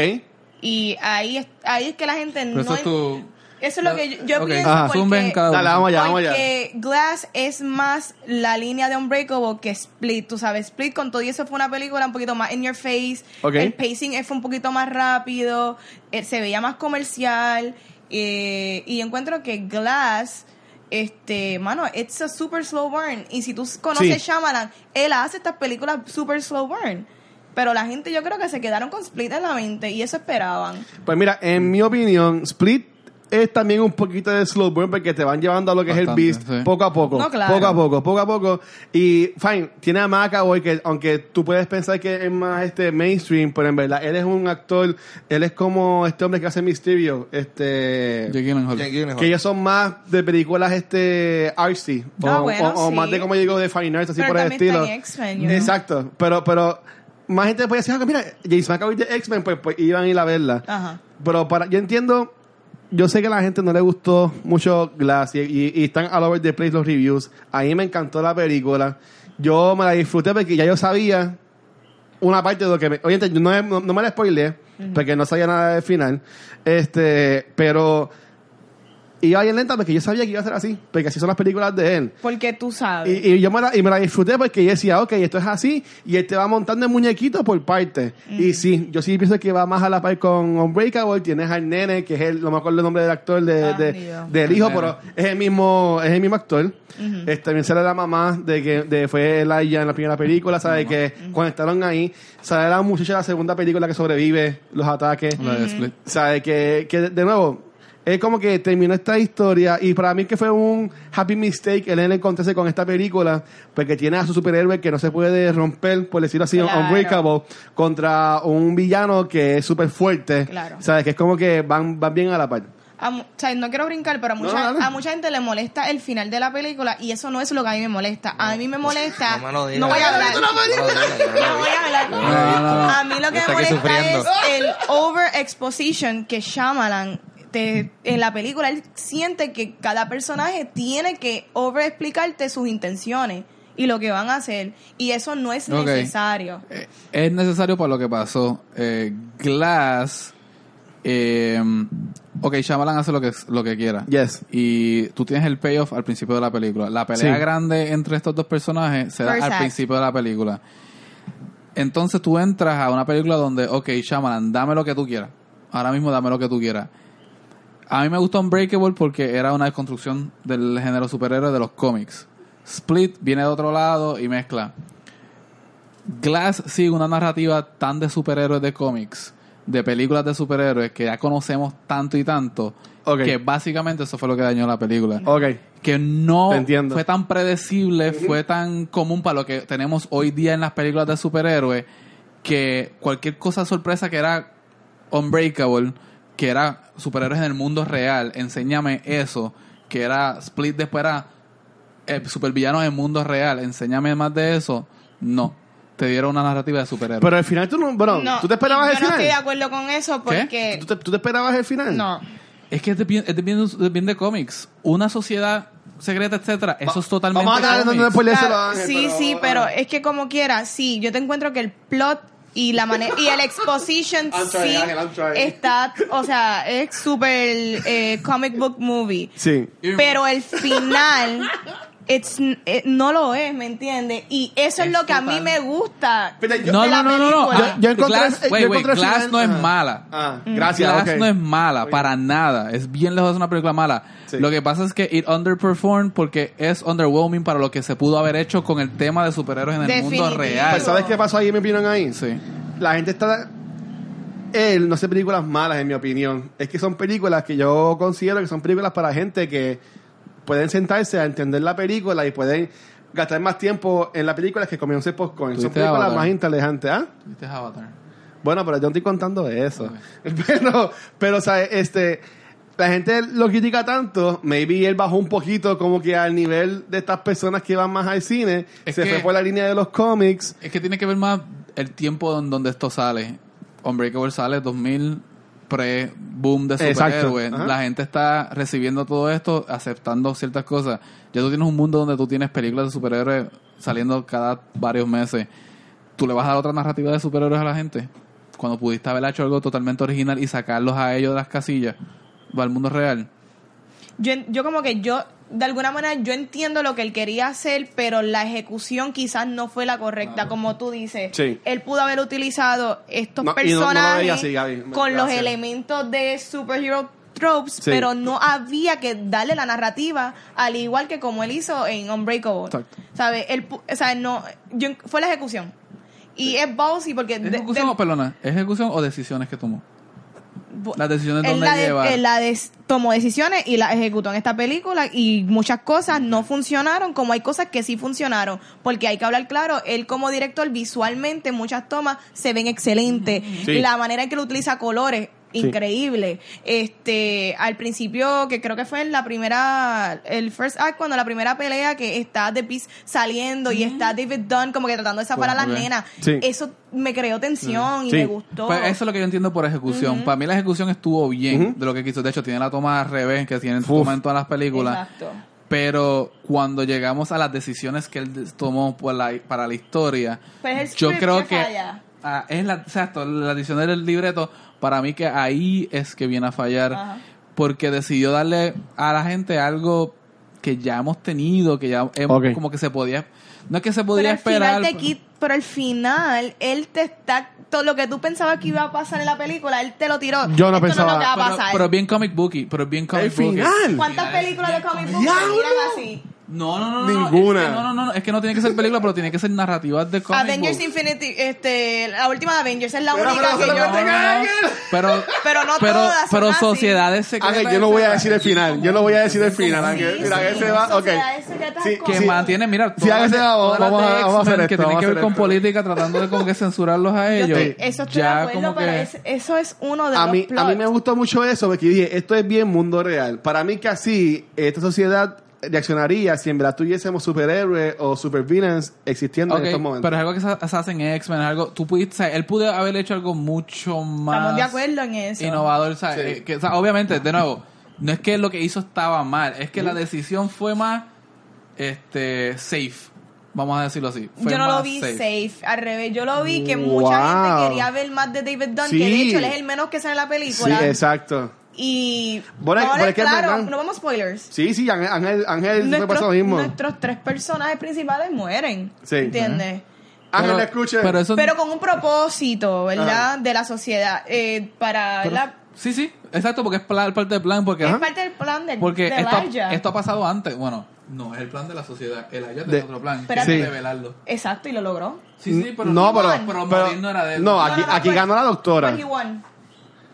Speaker 3: Y ahí es, ahí es que la gente
Speaker 2: Pero
Speaker 3: no...
Speaker 2: eso es tu...
Speaker 3: eso es lo que yo, yo
Speaker 2: Ok.
Speaker 3: pienso
Speaker 4: Ajá.
Speaker 3: porque,
Speaker 2: Zumben cada uno.
Speaker 4: Dale, vamos allá, vamos allá.
Speaker 3: porque Glass es más la línea de Unbreakable que Split, tú sabes. Split con todo y eso fue una película un poquito más in your face.
Speaker 4: Ok.
Speaker 3: El pacing fue un poquito más rápido, eh, se veía más comercial. eh, y yo encuentro que Glass este, mano, it's a super slow burn. Y si tú conoces
Speaker 4: Sí.
Speaker 3: Shyamalan, él hace estas películas super slow burn. Pero la gente yo creo que se quedaron con Split en la mente y eso esperaban.
Speaker 4: Pues mira, en mi opinión, Split es también un poquito de slow burn porque te van llevando a lo que
Speaker 2: Bastante,
Speaker 4: es el beast
Speaker 2: sí.
Speaker 4: poco a poco,
Speaker 3: No, claro.
Speaker 4: poco a poco, poco a poco. Y fine, tiene a McAvoy que aunque tú puedes pensar que es más este mainstream, pero en verdad él es un actor, él es como este hombre que hace Mysterio, este
Speaker 2: Jake Gyllenhaal.
Speaker 1: Jake Gyllenhaal.
Speaker 4: que ellos son más de películas este artsy o,
Speaker 3: Ah, bueno,
Speaker 4: o- o
Speaker 3: sí.
Speaker 4: más de como digo de fine arts así
Speaker 3: Pero
Speaker 4: por el
Speaker 3: también está
Speaker 4: estilo.
Speaker 3: en X-Men, ¿no?
Speaker 4: Exacto, pero pero más gente puede decir, ah, mira, James McAvoy de X-Men, pues, pues iban a ir a verla.
Speaker 3: Ajá.
Speaker 4: Pero para, yo entiendo, yo sé que a la gente no le gustó mucho Glass y, y- y están all over the place los reviews. A mí me encantó la película. Yo me la disfruté porque ya yo sabía una parte de lo que me. Oye, yo no, no- no me la spoileé porque no sabía nada del final. Este, pero iba bien lenta porque yo sabía que iba a ser así, porque así son las películas de él.
Speaker 3: Porque tú sabes.
Speaker 4: Y, y yo me la, y me la disfruté porque yo decía, ok, esto es así, y él te va montando el muñequito por parte.
Speaker 3: Mm.
Speaker 4: Y sí, yo sí pienso que va más a la par con Unbreakable, tienes al nene, que es el, no me acuerdo el nombre del actor de,
Speaker 3: Ah,
Speaker 4: de-
Speaker 3: ni idea.
Speaker 4: del hijo,
Speaker 2: El
Speaker 4: pero es el mismo, es el mismo actor. Este, también sale la mamá de que de, fue Elijah en la primera película, sabe que conectaron ahí, sale la muchacha de la segunda película que sobrevive los ataques.
Speaker 2: La de Split.
Speaker 4: ¿Sabes? Que, que de nuevo, es como que terminó esta historia y para mí que fue un happy mistake el él encontrarse con esta película porque tiene a su superhéroe que no se puede romper, por decirlo así,
Speaker 3: Claro.
Speaker 4: unbreakable, contra un villano que es súper fuerte.
Speaker 3: Claro.
Speaker 4: ¿Sabes? Que es como que van, van bien a la par.
Speaker 3: A mu- o sea, no quiero brincar, pero a
Speaker 4: No,
Speaker 3: mucha,
Speaker 4: dale.
Speaker 3: a mucha gente le molesta el final de la película y eso no es lo que a mí me molesta. A mí me molesta.
Speaker 1: No me lo digas.
Speaker 3: voy a hablar.
Speaker 1: No me lo digas, yo no lo
Speaker 3: No voy a hablar.
Speaker 1: No, no,
Speaker 2: no.
Speaker 3: A mí lo que
Speaker 1: Está
Speaker 3: me
Speaker 1: aquí
Speaker 3: molesta
Speaker 1: sufriendo.
Speaker 3: es el over exposition que Shyamalan te, en la película él siente que cada personaje tiene que over explicarte sus intenciones y lo que van a hacer y eso no es
Speaker 2: Ok.
Speaker 3: necesario.
Speaker 2: Eh, es necesario para lo que pasó. Eh, Glass. Eh, ok, Shyamalan hace lo que, lo que quiera.
Speaker 4: Yes.
Speaker 2: Y tú tienes el payoff al principio de la película. La pelea
Speaker 4: Sí.
Speaker 2: grande entre estos dos personajes se da
Speaker 3: First
Speaker 2: al
Speaker 3: act.
Speaker 2: principio de la película. Entonces tú entras a una película donde, ok, Shyamalan, dame lo que tú quieras. Ahora mismo dame lo que tú quieras. A mí me gustó Unbreakable porque era una desconstrucción del género superhéroe de los cómics. Split viene de otro lado y mezcla. Glass sigue una narrativa tan de superhéroes de cómics, de películas de superhéroes que ya conocemos tanto y tanto,
Speaker 4: Ok.
Speaker 2: que básicamente eso fue lo que dañó la película.
Speaker 4: Ok.
Speaker 2: Que no
Speaker 4: Oh. Te entiendo.
Speaker 2: fue tan predecible, fue tan común para lo que tenemos hoy día en las películas de superhéroes, que cualquier cosa sorpresa que era Unbreakable, que era superhéroes en el mundo real, enséñame eso, que era Split después era eh, supervillanos en el mundo real, enséñame más de eso, no. Te dieron una narrativa de superhéroes.
Speaker 4: Pero al final tú no. Bueno,
Speaker 3: No,
Speaker 4: ¿tú te esperabas
Speaker 3: yo
Speaker 4: el
Speaker 3: no estoy de
Speaker 4: final?
Speaker 3: acuerdo con eso porque
Speaker 4: ¿Tú te, tú te esperabas el final?
Speaker 3: no.
Speaker 2: Es que es de bien, es de bien- es de bien de cómics. Una sociedad secreta, etcétera. Eso es totalmente.
Speaker 4: Vamos a darle
Speaker 2: cómics.
Speaker 4: donde después le
Speaker 3: Claro,
Speaker 4: Ángel,
Speaker 3: Ah, sí, sí, pero es que como quiera, sí, yo te encuentro que el plot y la manera y el exposition
Speaker 4: I'm sorry,
Speaker 3: sí
Speaker 4: Ángel, I'm sorry.
Speaker 3: está, o sea, es súper eh, comic book movie,
Speaker 4: Sí.
Speaker 3: pero el final it's, eh, no lo es, ¿me entiendes? Y eso es,
Speaker 2: Es
Speaker 3: lo que a mí
Speaker 2: total.
Speaker 3: me gusta.
Speaker 4: Pero yo-
Speaker 3: de
Speaker 2: No,
Speaker 3: la
Speaker 2: no, no, no, no.
Speaker 3: película.
Speaker 4: Yo- yo encontré-
Speaker 2: Ah, Glass,
Speaker 4: eh,
Speaker 2: wait,
Speaker 4: yo
Speaker 2: wait,
Speaker 4: encontré el
Speaker 2: Glass
Speaker 4: final-
Speaker 2: no es
Speaker 4: ajá.
Speaker 2: mala.
Speaker 4: Ah,
Speaker 3: Mm.
Speaker 4: gracias.
Speaker 2: Glass
Speaker 4: ok.
Speaker 2: no es mala
Speaker 4: Muy bien.
Speaker 2: para nada. Es bien lejos de una película mala.
Speaker 4: Sí.
Speaker 2: Lo que pasa es que it underperformed porque es underwhelming para lo que se pudo haber hecho con el tema de superhéroes en el mundo
Speaker 3: Definitivo.
Speaker 2: real.
Speaker 4: Pues, ¿Sabes qué pasó ahí, en mi opinión ahí?
Speaker 2: Sí.
Speaker 4: la gente está él no hace películas malas en mi opinión es que son películas que yo considero que son películas para gente que pueden sentarse a entender la película y pueden gastar más tiempo en la película que comience popcorn son
Speaker 2: Tuviste
Speaker 4: películas
Speaker 2: Avatar.
Speaker 4: más inteligentes ¿ah?
Speaker 2: ¿Viste Avatar?
Speaker 4: Bueno, pero yo no estoy contando de eso. Pero, pero, o sea, este, la gente lo critica tanto, maybe él bajó un poquito como que al nivel de estas personas que van más al cine,
Speaker 2: Es
Speaker 4: se
Speaker 2: que-
Speaker 4: fue por la línea de los cómics.
Speaker 2: Es que tiene que ver más el tiempo en donde esto sale. Unbreakable sale 2000 pre-boom de
Speaker 4: Exacto.
Speaker 2: superhéroes.
Speaker 4: Ajá.
Speaker 2: La gente está recibiendo todo esto, aceptando ciertas cosas. Ya tú tienes un mundo donde tú tienes películas de superhéroes saliendo cada varios meses. ¿Tú le vas a dar otra narrativa de superhéroes a la gente? Cuando pudiste haber hecho algo totalmente original y sacarlos a ellos de las casillas, va al mundo real.
Speaker 3: yo, en- yo como que yo, de alguna manera, yo entiendo lo que él quería hacer, pero la ejecución quizás no fue la correcta, como tú dices.
Speaker 4: Sí.
Speaker 3: Él pudo haber utilizado estos
Speaker 4: No, y no- no lo
Speaker 3: personajes
Speaker 4: veía así, Gaby.
Speaker 3: con los
Speaker 4: Gracias.
Speaker 3: elementos de superhero tropes,
Speaker 4: Sí.
Speaker 3: pero no había que darle la narrativa al igual que como él hizo en Unbreakable.
Speaker 2: Exacto.
Speaker 3: ¿Sabes? Él pu- o sea, no, yo- fue la ejecución. Y es ballsy porque... de-
Speaker 2: ¿Es ejecución
Speaker 3: de-
Speaker 2: o perdona? ¿Es ejecución o decisiones que tomó?
Speaker 3: bu-
Speaker 2: Las decisiones
Speaker 3: él
Speaker 2: donde
Speaker 3: la de-
Speaker 2: lleva.
Speaker 3: él la des- tomó decisiones y las ejecutó en esta película y muchas cosas no funcionaron como hay cosas que sí funcionaron porque hay que hablar claro él como director visualmente muchas tomas se ven excelentes
Speaker 4: Sí.
Speaker 3: la manera en que lo utiliza colores
Speaker 4: Sí.
Speaker 3: increíble este al principio que creo que fue en la primera el first act cuando la primera pelea que está The Beast saliendo y está David Dunn como que tratando de zafar
Speaker 2: Bueno,
Speaker 3: a las
Speaker 2: ok.
Speaker 3: nenas
Speaker 4: Sí.
Speaker 3: eso me creó tensión y
Speaker 4: Sí.
Speaker 3: me gustó
Speaker 2: Pues eso es lo que yo entiendo por ejecución. Para mí la ejecución estuvo bien de lo que quiso. De hecho, tiene la toma al revés que tienen
Speaker 4: Uf.
Speaker 2: toma en todas las películas.
Speaker 3: Exacto.
Speaker 2: Pero cuando llegamos a las decisiones que él des- tomó por la- para la historia,
Speaker 3: Pues el
Speaker 2: yo
Speaker 3: script
Speaker 2: creo
Speaker 3: que
Speaker 2: que
Speaker 3: falla.
Speaker 2: Ah, es la, exacto, la edición del libreto, para mí que ahí es que viene a fallar,
Speaker 3: Ajá.
Speaker 2: porque decidió darle a la gente algo que ya hemos tenido, que ya hemos,
Speaker 4: Ok.
Speaker 2: como que se podía, no es que se podía
Speaker 3: pero al
Speaker 2: esperar, pues.
Speaker 3: Final te quit- pero al final, él te está. Todo lo que tú pensabas que iba a pasar en la película, él te lo tiró.
Speaker 4: Yo no
Speaker 3: Esto
Speaker 4: pensaba-
Speaker 3: No es lo que va a
Speaker 2: pero,
Speaker 3: pasar.
Speaker 2: pero bien comic booky, pero bien comic
Speaker 4: ¡El
Speaker 2: booky.
Speaker 4: final!
Speaker 3: ¿Cuántas películas de comic book
Speaker 4: ¡Diablo!
Speaker 3: miran así?
Speaker 2: No, no, no, no, no,
Speaker 4: Ninguna.
Speaker 2: es que No, no, no, no, es que no tiene que ser película, pero tiene que ser narrativas de comic
Speaker 3: Avengers
Speaker 2: book.
Speaker 3: Infinity, este, la última de Avengers es la
Speaker 4: Pero,
Speaker 3: única
Speaker 4: pero,
Speaker 3: que
Speaker 4: pero,
Speaker 3: yo.
Speaker 2: No, no, no, pero
Speaker 3: Pero no
Speaker 2: pero,
Speaker 3: todas son
Speaker 2: pero
Speaker 3: así.
Speaker 2: sociedades secretas.
Speaker 4: Ángel, Ah, yo no voy a
Speaker 2: etcétera,
Speaker 4: decir el
Speaker 2: es
Speaker 4: final.
Speaker 2: como-
Speaker 4: Yo no voy a decir el
Speaker 2: es como-
Speaker 4: final. Ángel.
Speaker 3: sí,
Speaker 4: Mira,
Speaker 3: sí,
Speaker 4: que se
Speaker 3: son
Speaker 4: va. Ok.
Speaker 3: sociedades secretas
Speaker 4: Sí,
Speaker 3: con-
Speaker 2: que
Speaker 4: sí.
Speaker 2: mantiene, mira,
Speaker 4: Sí,
Speaker 2: todas
Speaker 4: hágase
Speaker 2: las-
Speaker 4: la voz,
Speaker 2: todas las
Speaker 4: vamos a-
Speaker 2: de
Speaker 4: vamos a hacer
Speaker 2: X-Men que
Speaker 4: esto,
Speaker 2: tienen
Speaker 4: vamos
Speaker 2: que
Speaker 4: a
Speaker 2: ver
Speaker 4: hacer
Speaker 2: con
Speaker 4: esto.
Speaker 2: política, tratando de como que censurarlos a
Speaker 3: Yo
Speaker 2: ellos.
Speaker 3: estoy- eso estoy de acuerdo,
Speaker 2: como
Speaker 3: pero
Speaker 2: que-
Speaker 3: es- eso es uno de
Speaker 4: A
Speaker 3: los
Speaker 4: mí, a mí me
Speaker 3: plots.
Speaker 4: gustó mucho eso, porque dije, esto es bien mundo real. Para mí que así, esta sociedad reaccionaría si en verdad tuviésemos superhéroes o supervillains existiendo
Speaker 2: Ok,
Speaker 4: en estos momentos.
Speaker 2: pero es algo que se, se hace en X-Men, es algo, tú pudiste, o sea, él pudo haber hecho algo mucho más
Speaker 3: Estamos de acuerdo en eso.
Speaker 2: innovador, o sea,
Speaker 4: Sí.
Speaker 2: eh, que, o sea, obviamente, de nuevo, no es que lo que hizo estaba mal, es que la decisión fue más este safe, vamos a decirlo así. Fue
Speaker 3: Yo no lo
Speaker 2: más
Speaker 3: vi safe. al revés. Yo lo vi que
Speaker 4: Wow.
Speaker 3: mucha gente quería ver más de David Dunn, que de
Speaker 4: Sí.
Speaker 3: hecho él es el menos que sale en la
Speaker 4: sí,
Speaker 3: película.
Speaker 4: exacto.
Speaker 3: Y vamos a
Speaker 4: Bueno, bueno,
Speaker 3: hablar
Speaker 4: es que es
Speaker 3: claro,
Speaker 4: verdad.
Speaker 3: no vamos a spoilers.
Speaker 4: Sí, sí, Ángel, Ángel, Ángel fue por eso
Speaker 3: Nuestros,
Speaker 4: mismo.
Speaker 3: nuestros tres personajes principales mueren.
Speaker 4: Sí.
Speaker 3: ¿Entiendes?
Speaker 4: Ángel,
Speaker 2: Pero-
Speaker 4: no escuche.
Speaker 2: Pero eso
Speaker 3: Pero con un propósito, ¿verdad?
Speaker 4: Ajá.
Speaker 3: De la sociedad. eh, para
Speaker 2: pero-
Speaker 3: la-
Speaker 2: Sí, sí, exacto, porque es pla- parte del plan, porque
Speaker 3: Es
Speaker 2: ajá.
Speaker 3: parte del plan del-
Speaker 2: Porque
Speaker 3: de
Speaker 2: esto,
Speaker 3: Elijah.
Speaker 2: esto ha pasado antes. Bueno, no, es el plan de la sociedad. El Aya
Speaker 4: De-
Speaker 2: tenía otro plan.
Speaker 3: Espérate.
Speaker 2: que es
Speaker 4: Sí.
Speaker 2: revelarlo.
Speaker 3: Exacto, y lo logró.
Speaker 2: Sí, sí, pero
Speaker 4: no, pero,
Speaker 2: pero
Speaker 4: pero-
Speaker 2: morir no era de él.
Speaker 4: no,
Speaker 2: No,
Speaker 4: aquí,
Speaker 3: no, no,
Speaker 4: aquí
Speaker 3: pues-
Speaker 4: ganó la doctora.
Speaker 3: Pues he won.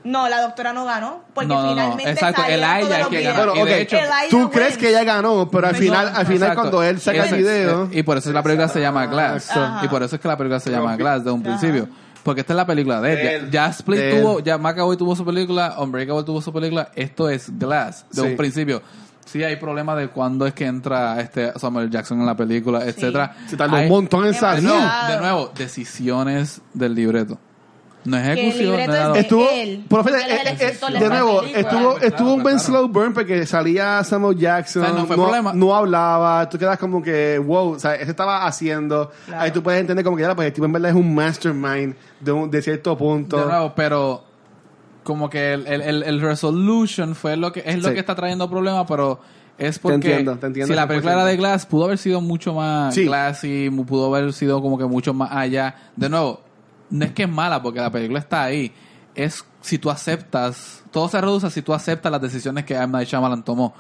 Speaker 3: No, la doctora no ganó. Porque
Speaker 2: No, no, no,
Speaker 3: finalmente
Speaker 2: exacto,
Speaker 3: salieron
Speaker 2: Elijah
Speaker 3: todos
Speaker 2: es
Speaker 3: los
Speaker 2: que
Speaker 3: videos.
Speaker 2: ganó.
Speaker 4: Bueno,
Speaker 2: Y de
Speaker 4: ok,
Speaker 2: hecho-
Speaker 3: Elijah
Speaker 4: tú
Speaker 3: wins.
Speaker 4: crees que ella ganó, pero al
Speaker 3: No,
Speaker 4: final, al final
Speaker 2: Exacto.
Speaker 4: cuando él saca
Speaker 2: Eso
Speaker 4: el
Speaker 2: es,
Speaker 4: video,
Speaker 2: eh, Y por eso la película se llama Glass.
Speaker 3: Ajá.
Speaker 2: Y por eso es que la película se llama
Speaker 4: Ajá.
Speaker 2: Glass desde un principio. Porque esta es la película de él.
Speaker 4: De
Speaker 2: Ya-
Speaker 4: él.
Speaker 2: Ya, Split
Speaker 4: De
Speaker 2: tuvo,
Speaker 4: él.
Speaker 2: ya McAvoy tuvo su película, Unbreakable tuvo su película. Esto es Glass de
Speaker 4: Sí.
Speaker 2: un principio. Sí hay problema de cuándo es que entra este Samuel Jackson en la película, etcétera.
Speaker 4: se tardó
Speaker 2: Hay-
Speaker 4: un montón en
Speaker 2: de
Speaker 4: salir.
Speaker 2: nuevo,
Speaker 3: Claro.
Speaker 2: de nuevo, decisiones del libreto. No es
Speaker 3: Que el
Speaker 2: ejecución.
Speaker 3: libreto
Speaker 2: no es
Speaker 3: es
Speaker 2: nada.
Speaker 3: de-
Speaker 4: Estuvo,
Speaker 3: él,
Speaker 4: pero
Speaker 3: porque él
Speaker 4: fíjate,
Speaker 3: es el
Speaker 4: eh, eh,
Speaker 3: escritor de
Speaker 4: de
Speaker 3: la
Speaker 4: nuevo,
Speaker 3: película.
Speaker 4: estuvo,
Speaker 2: Claro,
Speaker 4: estuvo un
Speaker 2: claro,
Speaker 4: buen
Speaker 2: claro.
Speaker 4: slow burn porque salía Samuel Jackson,
Speaker 2: O sea, no fue
Speaker 4: no,
Speaker 2: problema.
Speaker 4: no hablaba, tú quedas como que, wow, o sea, ese estaba haciendo,
Speaker 3: Claro.
Speaker 4: ahí tú puedes entender como que ya, pues el tipo en verdad es un mastermind de, un- de cierto punto.
Speaker 2: De nuevo, pero como que el, el, el- el resolution fue lo que es lo
Speaker 4: Sí.
Speaker 2: que está trayendo problemas, pero es porque
Speaker 4: entiendo, te entiendo
Speaker 2: si la película era
Speaker 4: 100%.
Speaker 2: de Glass pudo haber sido mucho más
Speaker 4: Sí.
Speaker 2: classy, mu- pudo haber sido como que mucho más allá. De nuevo, no es que es mala porque la película está ahí. Es si tú aceptas, todo se reduce a si tú aceptas las decisiones que M. Night Shyamalan tomó.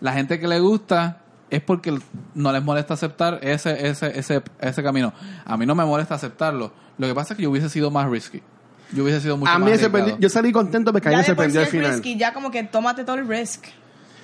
Speaker 2: La gente que le gusta es porque no les molesta aceptar ese, ese, ese, ese camino. A mí no me molesta aceptarlo. Lo que pasa es que yo hubiese sido más risky. Yo hubiese sido mucho
Speaker 4: a
Speaker 2: más
Speaker 4: mí me
Speaker 2: arriesgado.
Speaker 4: sorprendió, yo salí contento porque a mí
Speaker 3: Ya
Speaker 4: me
Speaker 3: de por sí
Speaker 4: sorprendió al
Speaker 3: es
Speaker 4: final.
Speaker 3: risky, ya como que tómate todo el risk.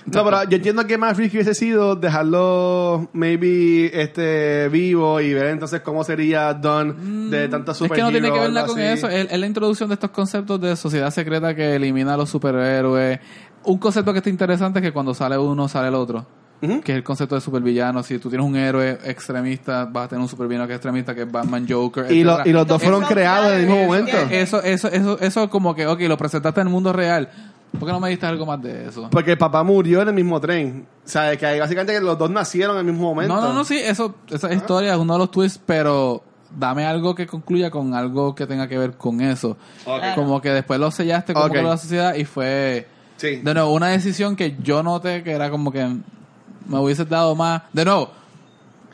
Speaker 4: No, pero yo entiendo que más risky hubiese sido dejarlo maybe este vivo y ver entonces cómo sería Don
Speaker 3: Mm.
Speaker 4: de tantas
Speaker 2: Es que
Speaker 4: superhéroes.
Speaker 2: no tiene que ver nada con eso. eh. Es, es la introducción de estos conceptos de sociedad secreta que elimina a los superhéroes. Un concepto que está interesante es que cuando sale uno, sale el otro. Que es el concepto de supervillano. Si tú tienes un héroe extremista, vas a tener un supervillano que es extremista, que es Batman Joker.
Speaker 4: Y,
Speaker 2: etcétera.
Speaker 4: lo- y los dos
Speaker 3: Eso-
Speaker 4: fueron creados en el mismo momento.
Speaker 2: Eso, eso, eso, eso como que, ok, lo presentaste en el mundo real. ¿Por qué no me diste algo más de eso?
Speaker 4: Porque el papá murió en el mismo tren. O sea, que ahí básicamente que los dos nacieron en el mismo momento.
Speaker 2: No, no, no, sí, eso, esa historia es uno de los twists, pero dame algo que concluya con algo que tenga que ver con eso. Como que después lo sellaste como
Speaker 4: Ok.
Speaker 2: de la sociedad y fue,
Speaker 4: Sí.
Speaker 2: de nuevo, una decisión que yo noté que era como que me hubiese dado más, de nuevo,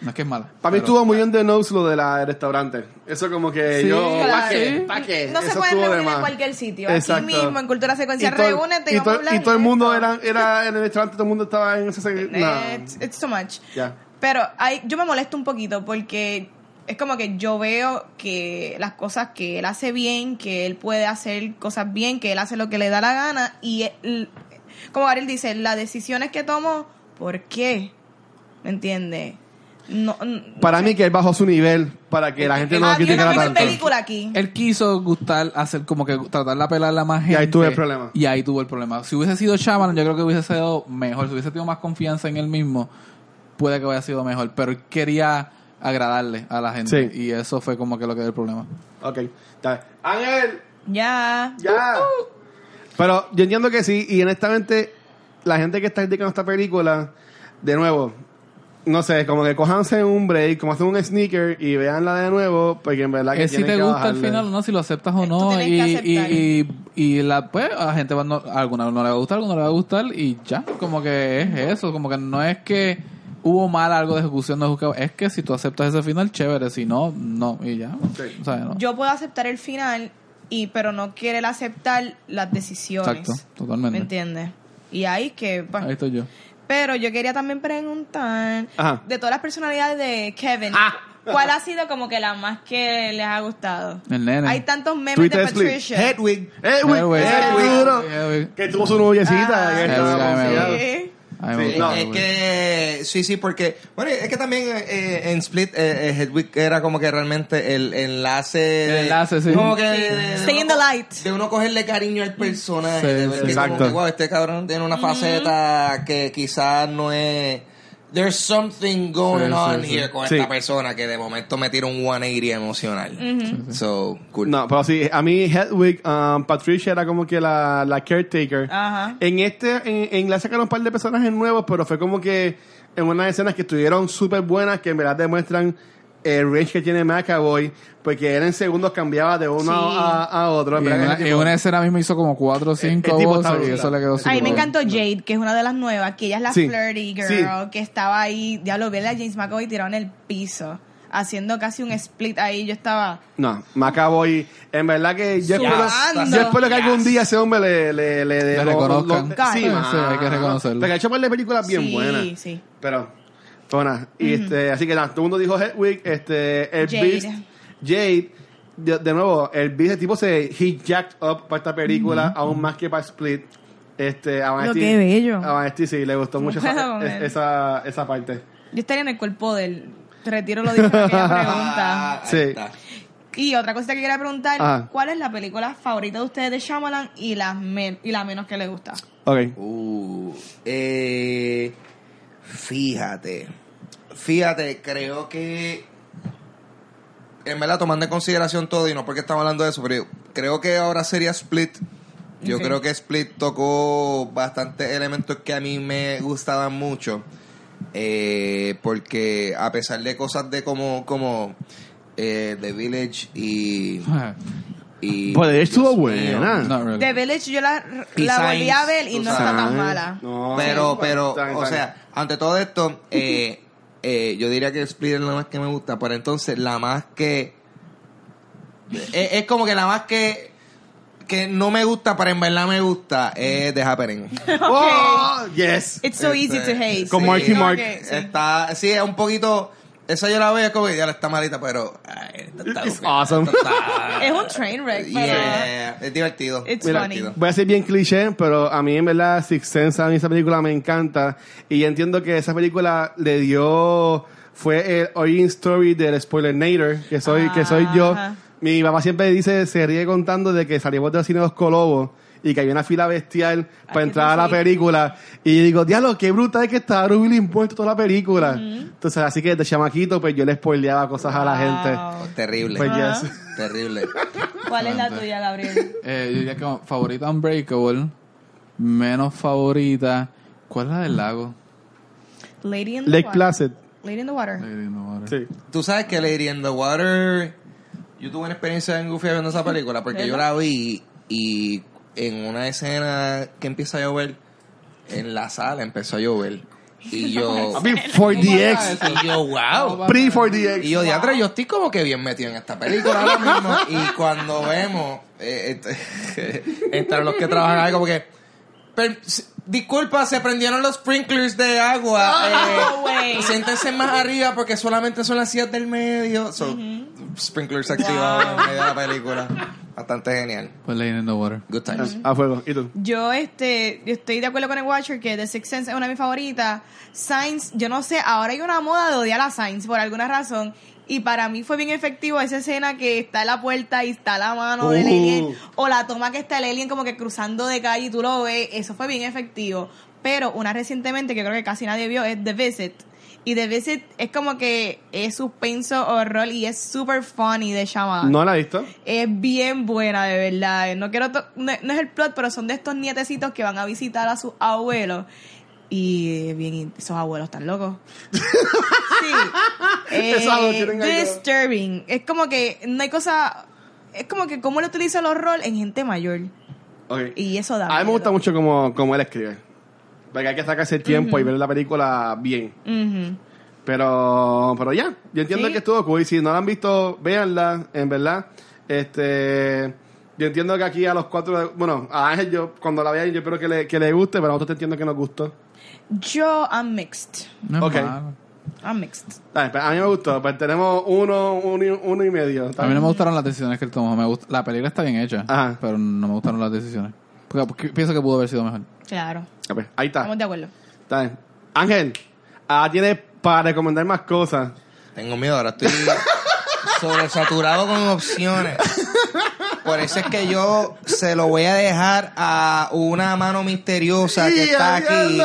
Speaker 2: No es que es mala.
Speaker 4: Para mí
Speaker 2: pero-
Speaker 4: estuvo muy en the nose lo del restaurante. Eso como que
Speaker 2: Sí,
Speaker 4: yo...
Speaker 3: claro.
Speaker 4: Oh, ¿pa' qué?
Speaker 2: Sí.
Speaker 4: ¿Pa' qué?
Speaker 3: No se
Speaker 4: Eso
Speaker 3: pueden
Speaker 4: estuvo de
Speaker 3: reunir en
Speaker 4: más.
Speaker 3: cualquier sitio.
Speaker 4: Exacto.
Speaker 3: Aquí mismo, en Cultura
Speaker 4: Y
Speaker 3: Secuencial,
Speaker 4: todo-
Speaker 3: reúnete y,
Speaker 4: y,
Speaker 3: vamos a
Speaker 4: todo-
Speaker 3: hablar
Speaker 4: y todo el
Speaker 3: de
Speaker 4: mundo
Speaker 3: esto. Eh,
Speaker 4: era, era en el restaurante, todo el mundo estaba en ese... sec- No.
Speaker 3: It's, it's too much.
Speaker 4: Ya.
Speaker 3: Pero hay, yo me molesto un poquito porque es como que yo veo que las cosas que él hace bien, que él puede hacer cosas bien, que él hace lo que le da la gana y él- como Gabriel dice, las decisiones que tomo, ¿por qué? ¿Me entiende? No, n-
Speaker 4: Para mí que él bajó su nivel para
Speaker 3: Ah,
Speaker 4: que la gente no lo
Speaker 3: había
Speaker 4: criticara
Speaker 3: una
Speaker 4: tanto. Eh,
Speaker 3: película aquí.
Speaker 2: Él quiso gustar, hacer como que tratar de apelar a más gente.
Speaker 4: Y ahí tuve el problema.
Speaker 2: Y ahí tuvo el problema. Si hubiese sido Shaman, yo creo que hubiese sido mejor. Si hubiese tenido más confianza en él mismo, puede que hubiera sido mejor. Pero él quería agradarle a la gente.
Speaker 4: Sí.
Speaker 2: Y eso fue como que lo que dio el problema.
Speaker 4: Ok, está bien. Ángel,
Speaker 3: Ya.
Speaker 4: ya. Pero yo entiendo que sí, y honestamente, la gente que está criticando esta película, de nuevo, no sé, como que cojanse un break, como hacen un sneaker y veanla de nuevo, porque en verdad que
Speaker 2: Es si
Speaker 4: tienen
Speaker 2: Eh, te
Speaker 4: que
Speaker 2: gusta al
Speaker 4: bajarle.
Speaker 2: final o no, si lo aceptas o
Speaker 3: Tú
Speaker 2: no.
Speaker 3: tienes
Speaker 2: Y,
Speaker 3: que
Speaker 2: y, y, y la, pues a la gente va, no, a alguna no le va a gustar, a alguna no le va a gustar y ya. Como que es eso. Como que no es que hubo mal algo de ejecución, no es que- es que si tú aceptas ese final, chévere. Si no, no. Y ya.
Speaker 4: Sí.
Speaker 2: O sea, no.
Speaker 3: Yo puedo aceptar el final y pero no quiere aceptar las decisiones.
Speaker 2: Exacto, totalmente.
Speaker 3: ¿Me entiendes? Y ahí es que pues, bueno,
Speaker 2: Ahí estoy yo.
Speaker 3: Pero yo quería también preguntar
Speaker 4: Ajá. Ah.
Speaker 3: de todas las personalidades de Kevin, ¿cuál ha sido como que la más que les ha gustado?
Speaker 2: El nene.
Speaker 3: Hay tantos memes
Speaker 4: Twitter
Speaker 3: de
Speaker 4: split.
Speaker 3: Patricia.
Speaker 1: Hedwig.
Speaker 4: ¡Eh, güey!
Speaker 2: Hedwig.
Speaker 4: ¡Eh,
Speaker 2: Hedwig.
Speaker 4: duro!
Speaker 2: Hedwig.
Speaker 4: Que tuvo su noviecita.
Speaker 3: Ah,
Speaker 4: que estaba
Speaker 2: Hedwig, Hedwig.
Speaker 4: confiada.
Speaker 2: Hedwig.
Speaker 3: Sí.
Speaker 2: Ay,
Speaker 1: Sí,
Speaker 2: me gusta,
Speaker 1: Eh, es
Speaker 2: güey.
Speaker 1: que sí, sí, porque bueno, es que también eh, en Split eh, eh, Hedwig era como que realmente el enlace,
Speaker 2: El enlace, sí.
Speaker 1: como que de, de-
Speaker 3: Stay
Speaker 1: de
Speaker 3: in
Speaker 1: uno
Speaker 3: the
Speaker 1: co-
Speaker 3: light.
Speaker 1: de uno cogerle cariño al personaje,
Speaker 2: Sí,
Speaker 1: de ver
Speaker 2: sí.
Speaker 1: que como
Speaker 4: Exacto.
Speaker 1: que, "Wow, este cabrón tiene una faceta que quizás no es There's something going
Speaker 2: Sí,
Speaker 1: on
Speaker 2: sí, sí.
Speaker 1: here con
Speaker 4: Sí.
Speaker 1: esta persona que de momento me tira un 180 emocional. So, cool.
Speaker 4: No, pero sí, a mí Hedwig, um, Patricia era como que la, la caretaker.
Speaker 3: Ajá.
Speaker 4: En este, en, en la sacaron un par de personajes nuevos, pero fue como que en unas escenas que estuvieron súper buenas, que en verdad demuestran el range que tiene McAvoy, porque él en segundos cambiaba de uno
Speaker 3: Sí.
Speaker 4: a, a otro. En
Speaker 2: Y en,
Speaker 4: verdad
Speaker 2: una,
Speaker 4: que ese
Speaker 2: en
Speaker 4: tipo-
Speaker 2: una escena mismo hizo como 4 o 5
Speaker 4: el tipo está
Speaker 2: voces y
Speaker 4: brutal.
Speaker 2: eso le quedó
Speaker 3: A mí
Speaker 2: súper
Speaker 3: me
Speaker 2: bien.
Speaker 3: encantó Jade, que es una de las nuevas, que ella es la
Speaker 4: Sí.
Speaker 3: flirty girl,
Speaker 4: Sí.
Speaker 3: que estaba ahí, ya lo ve a James McAvoy tirado en el piso, haciendo casi un split ahí, yo estaba...
Speaker 4: No, McAvoy, en verdad que yo espero,
Speaker 3: Sudando.
Speaker 4: yo espero que
Speaker 1: Yes.
Speaker 4: algún día ese hombre le, le, le,
Speaker 2: Le reconozcan.
Speaker 3: Claro.
Speaker 4: sí,
Speaker 3: Sí,
Speaker 4: mano.
Speaker 2: sí, hay que reconocerlo.
Speaker 4: Porque ha hecho par de películas bien
Speaker 3: sí,
Speaker 4: buenas.
Speaker 3: sí.
Speaker 4: Pero, pues nada, y este, así que nada, todo el mundo dijo Hedwig, este, el
Speaker 3: Jade.
Speaker 4: Beast, Jade, de, de nuevo, el Beast, el tipo se, he jacked up para esta película, aún más que para Split. Este, a Vanesti,
Speaker 3: que bello.
Speaker 4: A Vanesti sí, le gustó mucho
Speaker 3: puedo
Speaker 4: esa,
Speaker 3: con él.
Speaker 4: esa, esa parte.
Speaker 3: Yo estaría en el cuerpo del... Retiro lo dicho en aquella pregunta.
Speaker 1: Ah, ahí
Speaker 4: Sí.
Speaker 1: está.
Speaker 3: Y otra cosa que quería preguntar,
Speaker 4: Ajá.
Speaker 3: ¿cuál es la película favorita de ustedes de Shyamalan y la, men- y la menos que les gusta?
Speaker 4: Ok.
Speaker 1: Uh, eh, fíjate. Fíjate, creo que. En verdad, tomando en consideración todo, y no porque estamos hablando de eso, pero yo creo que ahora sería Split. Yo
Speaker 3: Ok.
Speaker 1: creo que Split tocó bastantes elementos que a mí me gustaban mucho. Eh, porque a pesar de cosas de como, como eh, The Village y.
Speaker 4: Ah.
Speaker 1: y
Speaker 4: Pues estuvo
Speaker 1: Dios mío.
Speaker 4: buena.
Speaker 2: Not really.
Speaker 3: The Village yo la,
Speaker 1: Y
Speaker 3: la volví a
Speaker 1: Signs,
Speaker 3: ver y
Speaker 1: tú
Speaker 3: no está
Speaker 4: sabes.
Speaker 3: tan mala.
Speaker 4: Ah, No.
Speaker 1: pero,
Speaker 4: Sí.
Speaker 1: pero,
Speaker 4: Está bien,
Speaker 1: o
Speaker 4: está bien.
Speaker 1: sea, ante todo esto, eh, eh, yo diría que Split es la más que me gusta, pero entonces la más que... Es, es como que la más que que no me gusta, pero en verdad me gusta, es The Happening.
Speaker 4: ¡Oh! ¡Yes!
Speaker 3: It's so easy to
Speaker 1: Este,
Speaker 3: hate.
Speaker 4: Con
Speaker 1: sí.
Speaker 4: Marky
Speaker 1: Como
Speaker 4: Mark.
Speaker 3: que- sí.
Speaker 1: Está, sí, es un poquito... Esa yo la veo, es como que ya la está malita, pero... ay, esta está
Speaker 4: It's
Speaker 1: buena,
Speaker 4: awesome.
Speaker 1: esta está-
Speaker 3: Es un train wreck, pero-
Speaker 1: Yeah, Es divertido. es
Speaker 3: It's Mira,
Speaker 1: divertido.
Speaker 4: Voy a ser bien cliché, pero a mí en verdad Six Sense, a mí esa película me encanta. Y yo entiendo que esa película le dio, fue el origin story del Spoilernator, que soy, que soy yo.
Speaker 3: Ah, Ajá.
Speaker 4: Mi papá siempre dice, se ríe contando de que salimos del cine de los Colobos y que había una fila bestial para
Speaker 3: Aquí
Speaker 4: entrar a la
Speaker 3: sí.
Speaker 4: película. Y digo, diablo, qué bruta es que está Rubin impuesto toda la película. Entonces, así que de chamaquito, pues yo le spoileaba cosas a la gente.
Speaker 3: Wow.
Speaker 1: Terrible.
Speaker 4: Pues
Speaker 3: Ajá.
Speaker 4: yes.
Speaker 1: Terrible.
Speaker 3: ¿Cuál es la tuya, Gabriel?
Speaker 2: Eh, yo diría que favorita Unbreakable, menos favorita. ¿Cuál es la del lago?
Speaker 3: Lady in the
Speaker 4: Lake
Speaker 3: Water.
Speaker 4: Placid.
Speaker 3: Lady in the Water.
Speaker 2: Lady in the Water.
Speaker 4: Sí.
Speaker 1: Tú sabes que Lady in the Water. Yo tuve una experiencia en Goofy viendo esa película porque yo la vi y en una escena que empieza a llover, en la sala empezó a llover. Y yo,
Speaker 4: Papi,
Speaker 2: Pues
Speaker 3: Oh
Speaker 4: 4DX.
Speaker 1: y yo, wow.
Speaker 4: Pre-4DX.
Speaker 1: Y yo, diantre, yo estoy como que bien metido en esta película ahora mismo. Y cuando vemos, eh, este, entre los que trabajan ahí, como que. "Per- s- disculpa, se prendieron los sprinklers de agua. eh,
Speaker 3: No way.
Speaker 1: siéntense más arriba porque solamente son las sillas del medio. So, sprinklers activados en medio de la película. Bastante genial.
Speaker 2: Pues Lady in the Water.
Speaker 1: Good times.
Speaker 4: A fuego. ¿Y tú?
Speaker 3: Yo este, yo estoy de acuerdo con el Watcher que The Sixth Sense es una de mis favoritas. Science, yo no sé, ahora hay una moda de odiar a Science por alguna razón. Y para mí fue bien efectivo esa escena que está en la puerta y está la mano del
Speaker 4: Uh.
Speaker 3: alien. O la toma que está el alien como que cruzando de calle y tú lo ves. Eso fue bien efectivo. Pero una recientemente que creo que casi nadie vio es The Visit. Y The Visit es como que es suspenso, horror y es super funny de llamada.
Speaker 4: ¿No la he visto?
Speaker 3: Es bien buena, de verdad. No quiero to- no, no es el plot, pero son de estos nietecitos que van a visitar a sus abuelos. Y eh, bien, esos abuelos están locos. sí. Eh,
Speaker 4: Esos abuelos tienen algo.
Speaker 3: disturbing. Es como que no hay cosa. Es como que cómo le utiliza los rol en gente mayor.
Speaker 4: Ok.
Speaker 3: Y eso da.
Speaker 4: A mí me
Speaker 3: miedo.
Speaker 4: gusta mucho como, como él escribe. Porque hay que sacarse el tiempo y ver la película bien.
Speaker 3: Ujú.
Speaker 4: Pero, pero ya, yo entiendo
Speaker 3: Sí.
Speaker 4: que estuvo cool. Si no la han visto, véanla, en verdad. Este, yo entiendo que aquí a los cuatro, de- bueno, a Ángel, yo, cuando la vean, yo espero que le, que le guste, pero a nosotros te entiendo que nos gustó.
Speaker 3: Yo, I'm mixed.
Speaker 2: No es
Speaker 4: Ok.
Speaker 2: malo.
Speaker 3: I'm mixed.
Speaker 4: Dale, pues, a mí me gustó, pues tenemos uno, uno, y- uno y medio.
Speaker 2: A mí no me gustaron las decisiones que él tomó. Me gust- la película está bien hecha,
Speaker 4: Ajá.
Speaker 2: pero no me gustaron las decisiones. Porque, porque pienso que pudo haber sido mejor.
Speaker 3: Claro.
Speaker 4: A ver,
Speaker 1: Ah.
Speaker 4: ahí está.
Speaker 3: Estamos de acuerdo.
Speaker 4: Está bien. Ángel, ahora tienes para recomendar más cosas.
Speaker 1: Tengo miedo, ahora estoy sobresaturado con opciones. Por eso es que yo se lo voy a dejar a una mano misteriosa que
Speaker 4: ¡Ya,
Speaker 1: está aquí,
Speaker 4: diablo!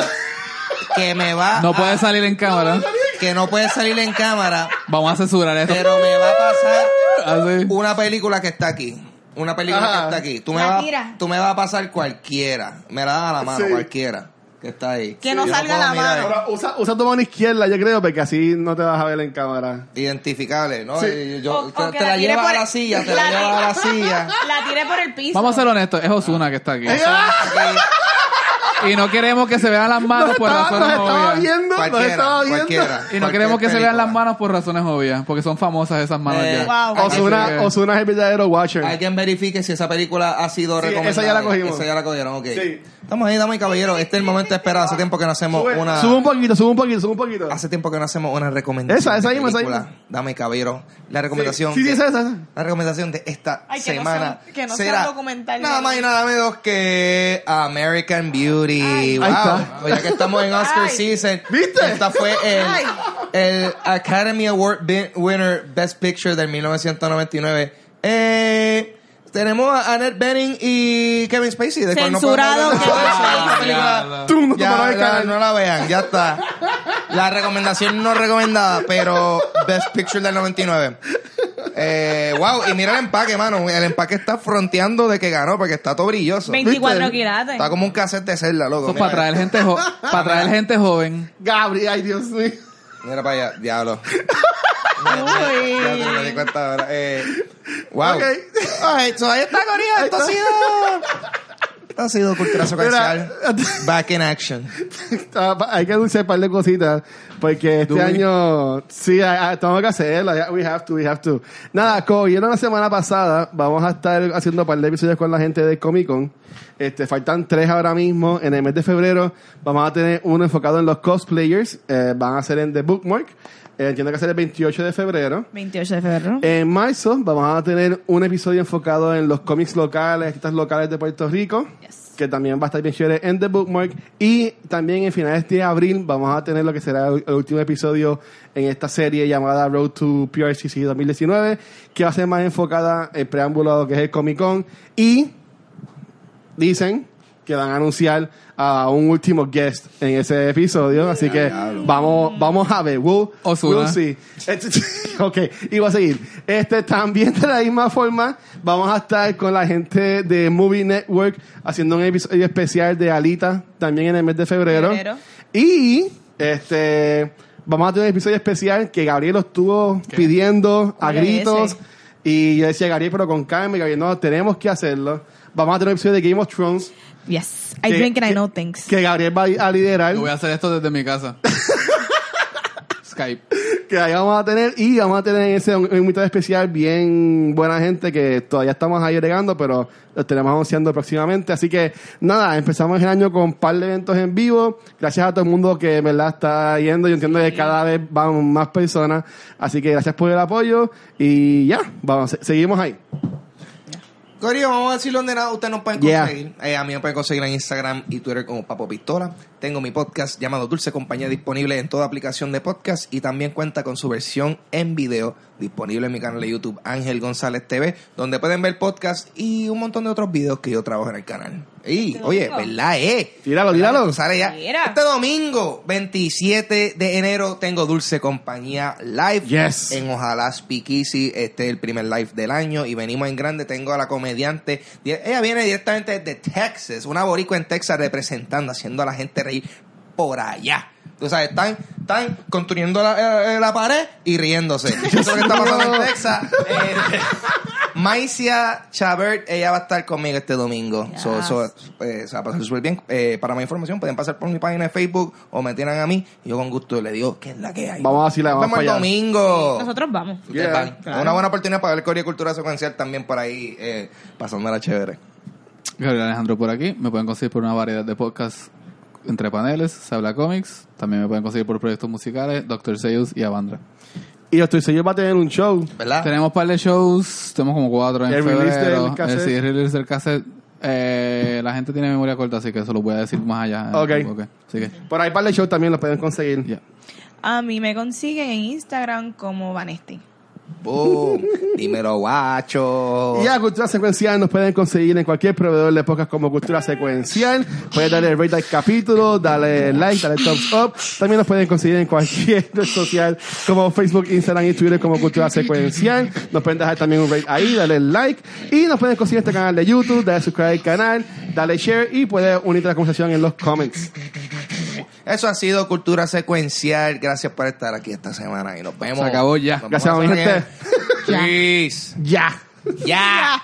Speaker 1: que me va,
Speaker 2: No
Speaker 1: a-
Speaker 2: puede salir en cámara.
Speaker 1: que Ah, no puede salir en cámara,
Speaker 2: Vamos a censurar esto.
Speaker 1: pero me va a pasar
Speaker 4: Ah,
Speaker 2: Así.
Speaker 1: una película que está aquí. Una película
Speaker 4: Ajá.
Speaker 1: que está aquí. Tú me,
Speaker 3: Ah,
Speaker 1: vas,
Speaker 3: mira.
Speaker 1: tú me vas a pasar cualquiera. Me la das a la mano,
Speaker 4: Sí.
Speaker 1: cualquiera. Que está ahí.
Speaker 3: Que no
Speaker 1: Yo
Speaker 3: salga
Speaker 1: puedo
Speaker 3: la
Speaker 1: mirar.
Speaker 3: mano.
Speaker 4: Pero usa, usa tu mano izquierda, yo creo, porque así no te vas a ver en cámara.
Speaker 1: Identificable, ¿no?
Speaker 4: Sí.
Speaker 1: Eh, yo-
Speaker 3: O-
Speaker 1: te,
Speaker 3: o que
Speaker 1: te la,
Speaker 3: Oh, la tire
Speaker 1: llevas
Speaker 3: por-
Speaker 1: a la silla, te la
Speaker 3: la-
Speaker 1: llevas a la silla.
Speaker 3: La tiré por el piso.
Speaker 2: Vamos a ser honestos, es Osuna que está aquí.
Speaker 1: Aquí.
Speaker 2: Y no queremos que se vean las manos por
Speaker 4: Estaba- nos
Speaker 2: razones
Speaker 4: estaba
Speaker 2: obvias.
Speaker 4: viendo, nos
Speaker 1: Cualquiera,
Speaker 4: estaba viendo.
Speaker 1: cualquiera.
Speaker 2: Y no
Speaker 1: Cualquier
Speaker 2: queremos que se vean
Speaker 1: película.
Speaker 2: las manos por razones obvias, porque son famosas esas manos
Speaker 1: Eh,
Speaker 2: ya.
Speaker 3: Wow.
Speaker 2: Así
Speaker 4: Osuna,
Speaker 2: que-
Speaker 4: Osuna es el verdadero Watcher.
Speaker 1: Alguien verifique si esa película ha sido
Speaker 4: Sí,
Speaker 1: recomendada.
Speaker 4: esa ya la cogimos.
Speaker 1: Esa ya la cogieron, ok.
Speaker 4: Sí.
Speaker 1: Estamos ahí, damas y caballeros. Este es el momento esperado. Hace tiempo que no hacemos
Speaker 4: Sube,
Speaker 1: una...
Speaker 4: sube un poquito, sube un poquito, sube un poquito.
Speaker 1: Hace tiempo que no hacemos una recomendación.
Speaker 4: Esa, esa
Speaker 1: de
Speaker 4: misma, esa
Speaker 1: película.
Speaker 4: misma.
Speaker 1: Damas y caballeros, la recomendación...
Speaker 4: Sí, sí,
Speaker 1: de-
Speaker 4: esa, esa, esa.
Speaker 1: La recomendación de esta
Speaker 3: Ay, que no
Speaker 1: semana
Speaker 3: sean- que no sean
Speaker 1: será
Speaker 3: documentales.
Speaker 1: nada más y nada menos que American Beauty. wow. Pues
Speaker 4: Ahí está.
Speaker 1: Ya que estamos en Oscar
Speaker 3: Ay.
Speaker 1: season.
Speaker 4: ¿Viste?
Speaker 1: Esta fue el,
Speaker 3: Ay.
Speaker 1: el Academy Award bi- winner Best Picture del 1999. Eh, tenemos a Annette Bening y Kevin Spacey. de cual no podemos
Speaker 3: Censurado
Speaker 1: hablar de
Speaker 3: Kevin
Speaker 1: eso.
Speaker 3: Spacey.
Speaker 1: Esa película-
Speaker 4: Tú no
Speaker 1: ya,
Speaker 4: tomaron el
Speaker 1: la-
Speaker 4: canal.
Speaker 1: no la vean, ya está. La recomendación no recomendada, pero Best Picture del 99. Eh, wow, y mira el empaque, mano. El empaque está fronteando de que ganó porque está todo brilloso.
Speaker 3: 24 quilates.
Speaker 1: Está como un cassette de celda, loco.
Speaker 2: Eso es
Speaker 1: mira,
Speaker 2: para traer gente jo- para traer gente joven.
Speaker 4: Gabriel, ay Dios mío.
Speaker 1: mira para allá, diablo.
Speaker 3: Uy.
Speaker 1: Ya te- me di cuenta ahora. Eh, wow.
Speaker 4: Ok.
Speaker 1: Alright, so ahí está Corea. Esto ha sido. Esto ha sido culturazo comercial.
Speaker 4: Mira.
Speaker 1: Back in action.
Speaker 4: Ah, pa- Hay que anunciar un par de cositas porque este
Speaker 2: Do we-
Speaker 4: año sí, ah, ah, tengo que hacerlo. ya, We have to, we have to. Nada, como vieron la semana pasada, vamos a estar haciendo un par de episodios con la gente de Comic Con. Este, faltan tres ahora mismo. En el mes de febrero vamos a tener uno enfocado en los cosplayers. eh, van a ser en The Bookmark. Eh, entiendo que va a ser el 28 de febrero.
Speaker 3: 28 de febrero.
Speaker 4: En marzo vamos a tener un episodio enfocado en los cómics locales, artistas locales de Puerto Rico,
Speaker 3: Yes.
Speaker 4: que también va a estar bien chévere en The Bookmark. Y también en finales de abril vamos a tener lo que será el el último episodio en esta serie llamada Road to PRCC 2019, que va a ser más enfocada el preámbulo a lo que es el Comic Con. Y dicen que van a anunciar a un último guest en ese episodio, así que vamos, vamos a ver. We'll,
Speaker 2: Ozuna.
Speaker 4: we'll see. Este- ok, y voy a seguir. Este, también de la misma forma, vamos a estar con la gente de Movie Network haciendo un episodio especial de Alita también en el mes de febrero.
Speaker 3: Febrero.
Speaker 4: Y este vamos a tener un episodio especial que Gabriel lo estuvo pidiendo a
Speaker 3: ¿Cuál es
Speaker 4: gritos.
Speaker 3: ese?
Speaker 4: Y yo decía, Gabriel, pero con calma, y Gabriel, no, tenemos que hacerlo. Vamos a tener un episodio de Game of Thrones
Speaker 3: Yes. I
Speaker 4: Que-
Speaker 3: drink and I
Speaker 4: que-
Speaker 3: know things.
Speaker 4: que Gabriel va a liderar,
Speaker 2: Yo voy a hacer esto desde mi casa. Skype.
Speaker 4: que ahí vamos a tener, y vamos a tener ese un, un invitado especial bien buena gente que todavía estamos ahí agregando, pero lo tenemos anunciando próximamente. Así que nada, empezamos el año con un par de eventos en vivo. Gracias a todo el mundo que en verdad está yendo. Yo entiendo que cada vez van más personas. Así que gracias por el apoyo y ya, vamos, se- seguimos ahí.
Speaker 1: Corillo, vamos a decir dónde nada ustedes nos pueden
Speaker 4: Yeah.
Speaker 1: conseguir. Eh, a mí me pueden conseguir en Instagram y Twitter como Papo Pistola. Tengo mi podcast llamado Dulce Compañía disponible en toda aplicación de podcast y también cuenta con su versión en video disponible en mi canal de YouTube Ángel González TV, donde pueden ver podcast y un montón de otros videos que yo trabajo en el canal. Y,
Speaker 3: Este
Speaker 1: oye,
Speaker 3: domingo.
Speaker 1: ¿verdad? Eh?
Speaker 4: Tíralo,
Speaker 1: ¿Verdad?
Speaker 4: tíralo.
Speaker 1: Sale ya.
Speaker 3: Mira.
Speaker 1: Este domingo, 27 de enero, tengo Dulce Compañía Live
Speaker 4: Yes.
Speaker 1: en Ojalá Speakeasy, este es el primer live del año y venimos en grande, tengo a la comediante, di- ella viene directamente de Texas, una boricua en Texas representando, haciendo a la gente reír por allá. Tú sabes, están, están construyendo la, eh, eh, la pared y riéndose. Eso es lo que está pasando en Texas. Eh, Maicia Chabert, ella va a estar conmigo este domingo.
Speaker 3: Yes.
Speaker 1: So, so, eh, se va a pasar súper bien. Eh, para más información pueden pasar por mi página de Facebook o me tiran a mí. Yo con gusto le digo que es la que hay.
Speaker 4: Vamos a decirle,
Speaker 1: Nos
Speaker 4: vamos
Speaker 1: vemos el
Speaker 4: para allá.
Speaker 1: domingo.
Speaker 3: Nosotros vamos.
Speaker 1: Ustedes
Speaker 4: Yeah.
Speaker 1: van. Una buena oportunidad para ver Corea Cultura Secuencial también por ahí, eh, pasándola chévere.
Speaker 2: Gabriel Alejandro por aquí. Me pueden conseguir por una variedad de podcasts entre paneles, se habla cómics. También me pueden conseguir por proyectos musicales, Doctor Seuss y Avandra.
Speaker 4: Y yo estoy seguro va a tener un show.
Speaker 1: ¿Verdad?
Speaker 2: Tenemos un par de shows, tenemos como cuatro en
Speaker 4: El release
Speaker 2: febrero.
Speaker 4: del cassette.
Speaker 2: Eh, sí, el release del cassette. Eh, la gente tiene memoria corta, así que eso lo voy a decir más allá.
Speaker 4: Ok.
Speaker 2: Eh, Así que,
Speaker 4: Por ahí para el show también lo pueden conseguir.
Speaker 2: ya.
Speaker 3: A mí me consiguen en Instagram como Vanesti.
Speaker 1: Boom. Dímelo, guacho.
Speaker 4: Y a Cultura Secuencial nos pueden conseguir en cualquier proveedor de podcast como Cultura Secuencial. Pueden darle rate al capítulo, darle like, darle thumbs up. También nos pueden conseguir en cualquier red social como Facebook, Instagram y Twitter como Cultura Secuencial. Nos pueden dejar también un rate ahí, darle like. Y nos pueden conseguir en este canal de YouTube, darle subscribe al canal, darle share y pueden unirte a la conversación en los comments.
Speaker 1: Eso ha sido Cultura Secuencial. Gracias por estar aquí esta semana y nos vemos.
Speaker 2: Se acabó ya.
Speaker 1: Nos
Speaker 4: Gracias,
Speaker 1: vemos
Speaker 4: mi
Speaker 1: la semana
Speaker 4: gente.
Speaker 1: que viene. Cheers.
Speaker 4: Ya.
Speaker 1: Ya.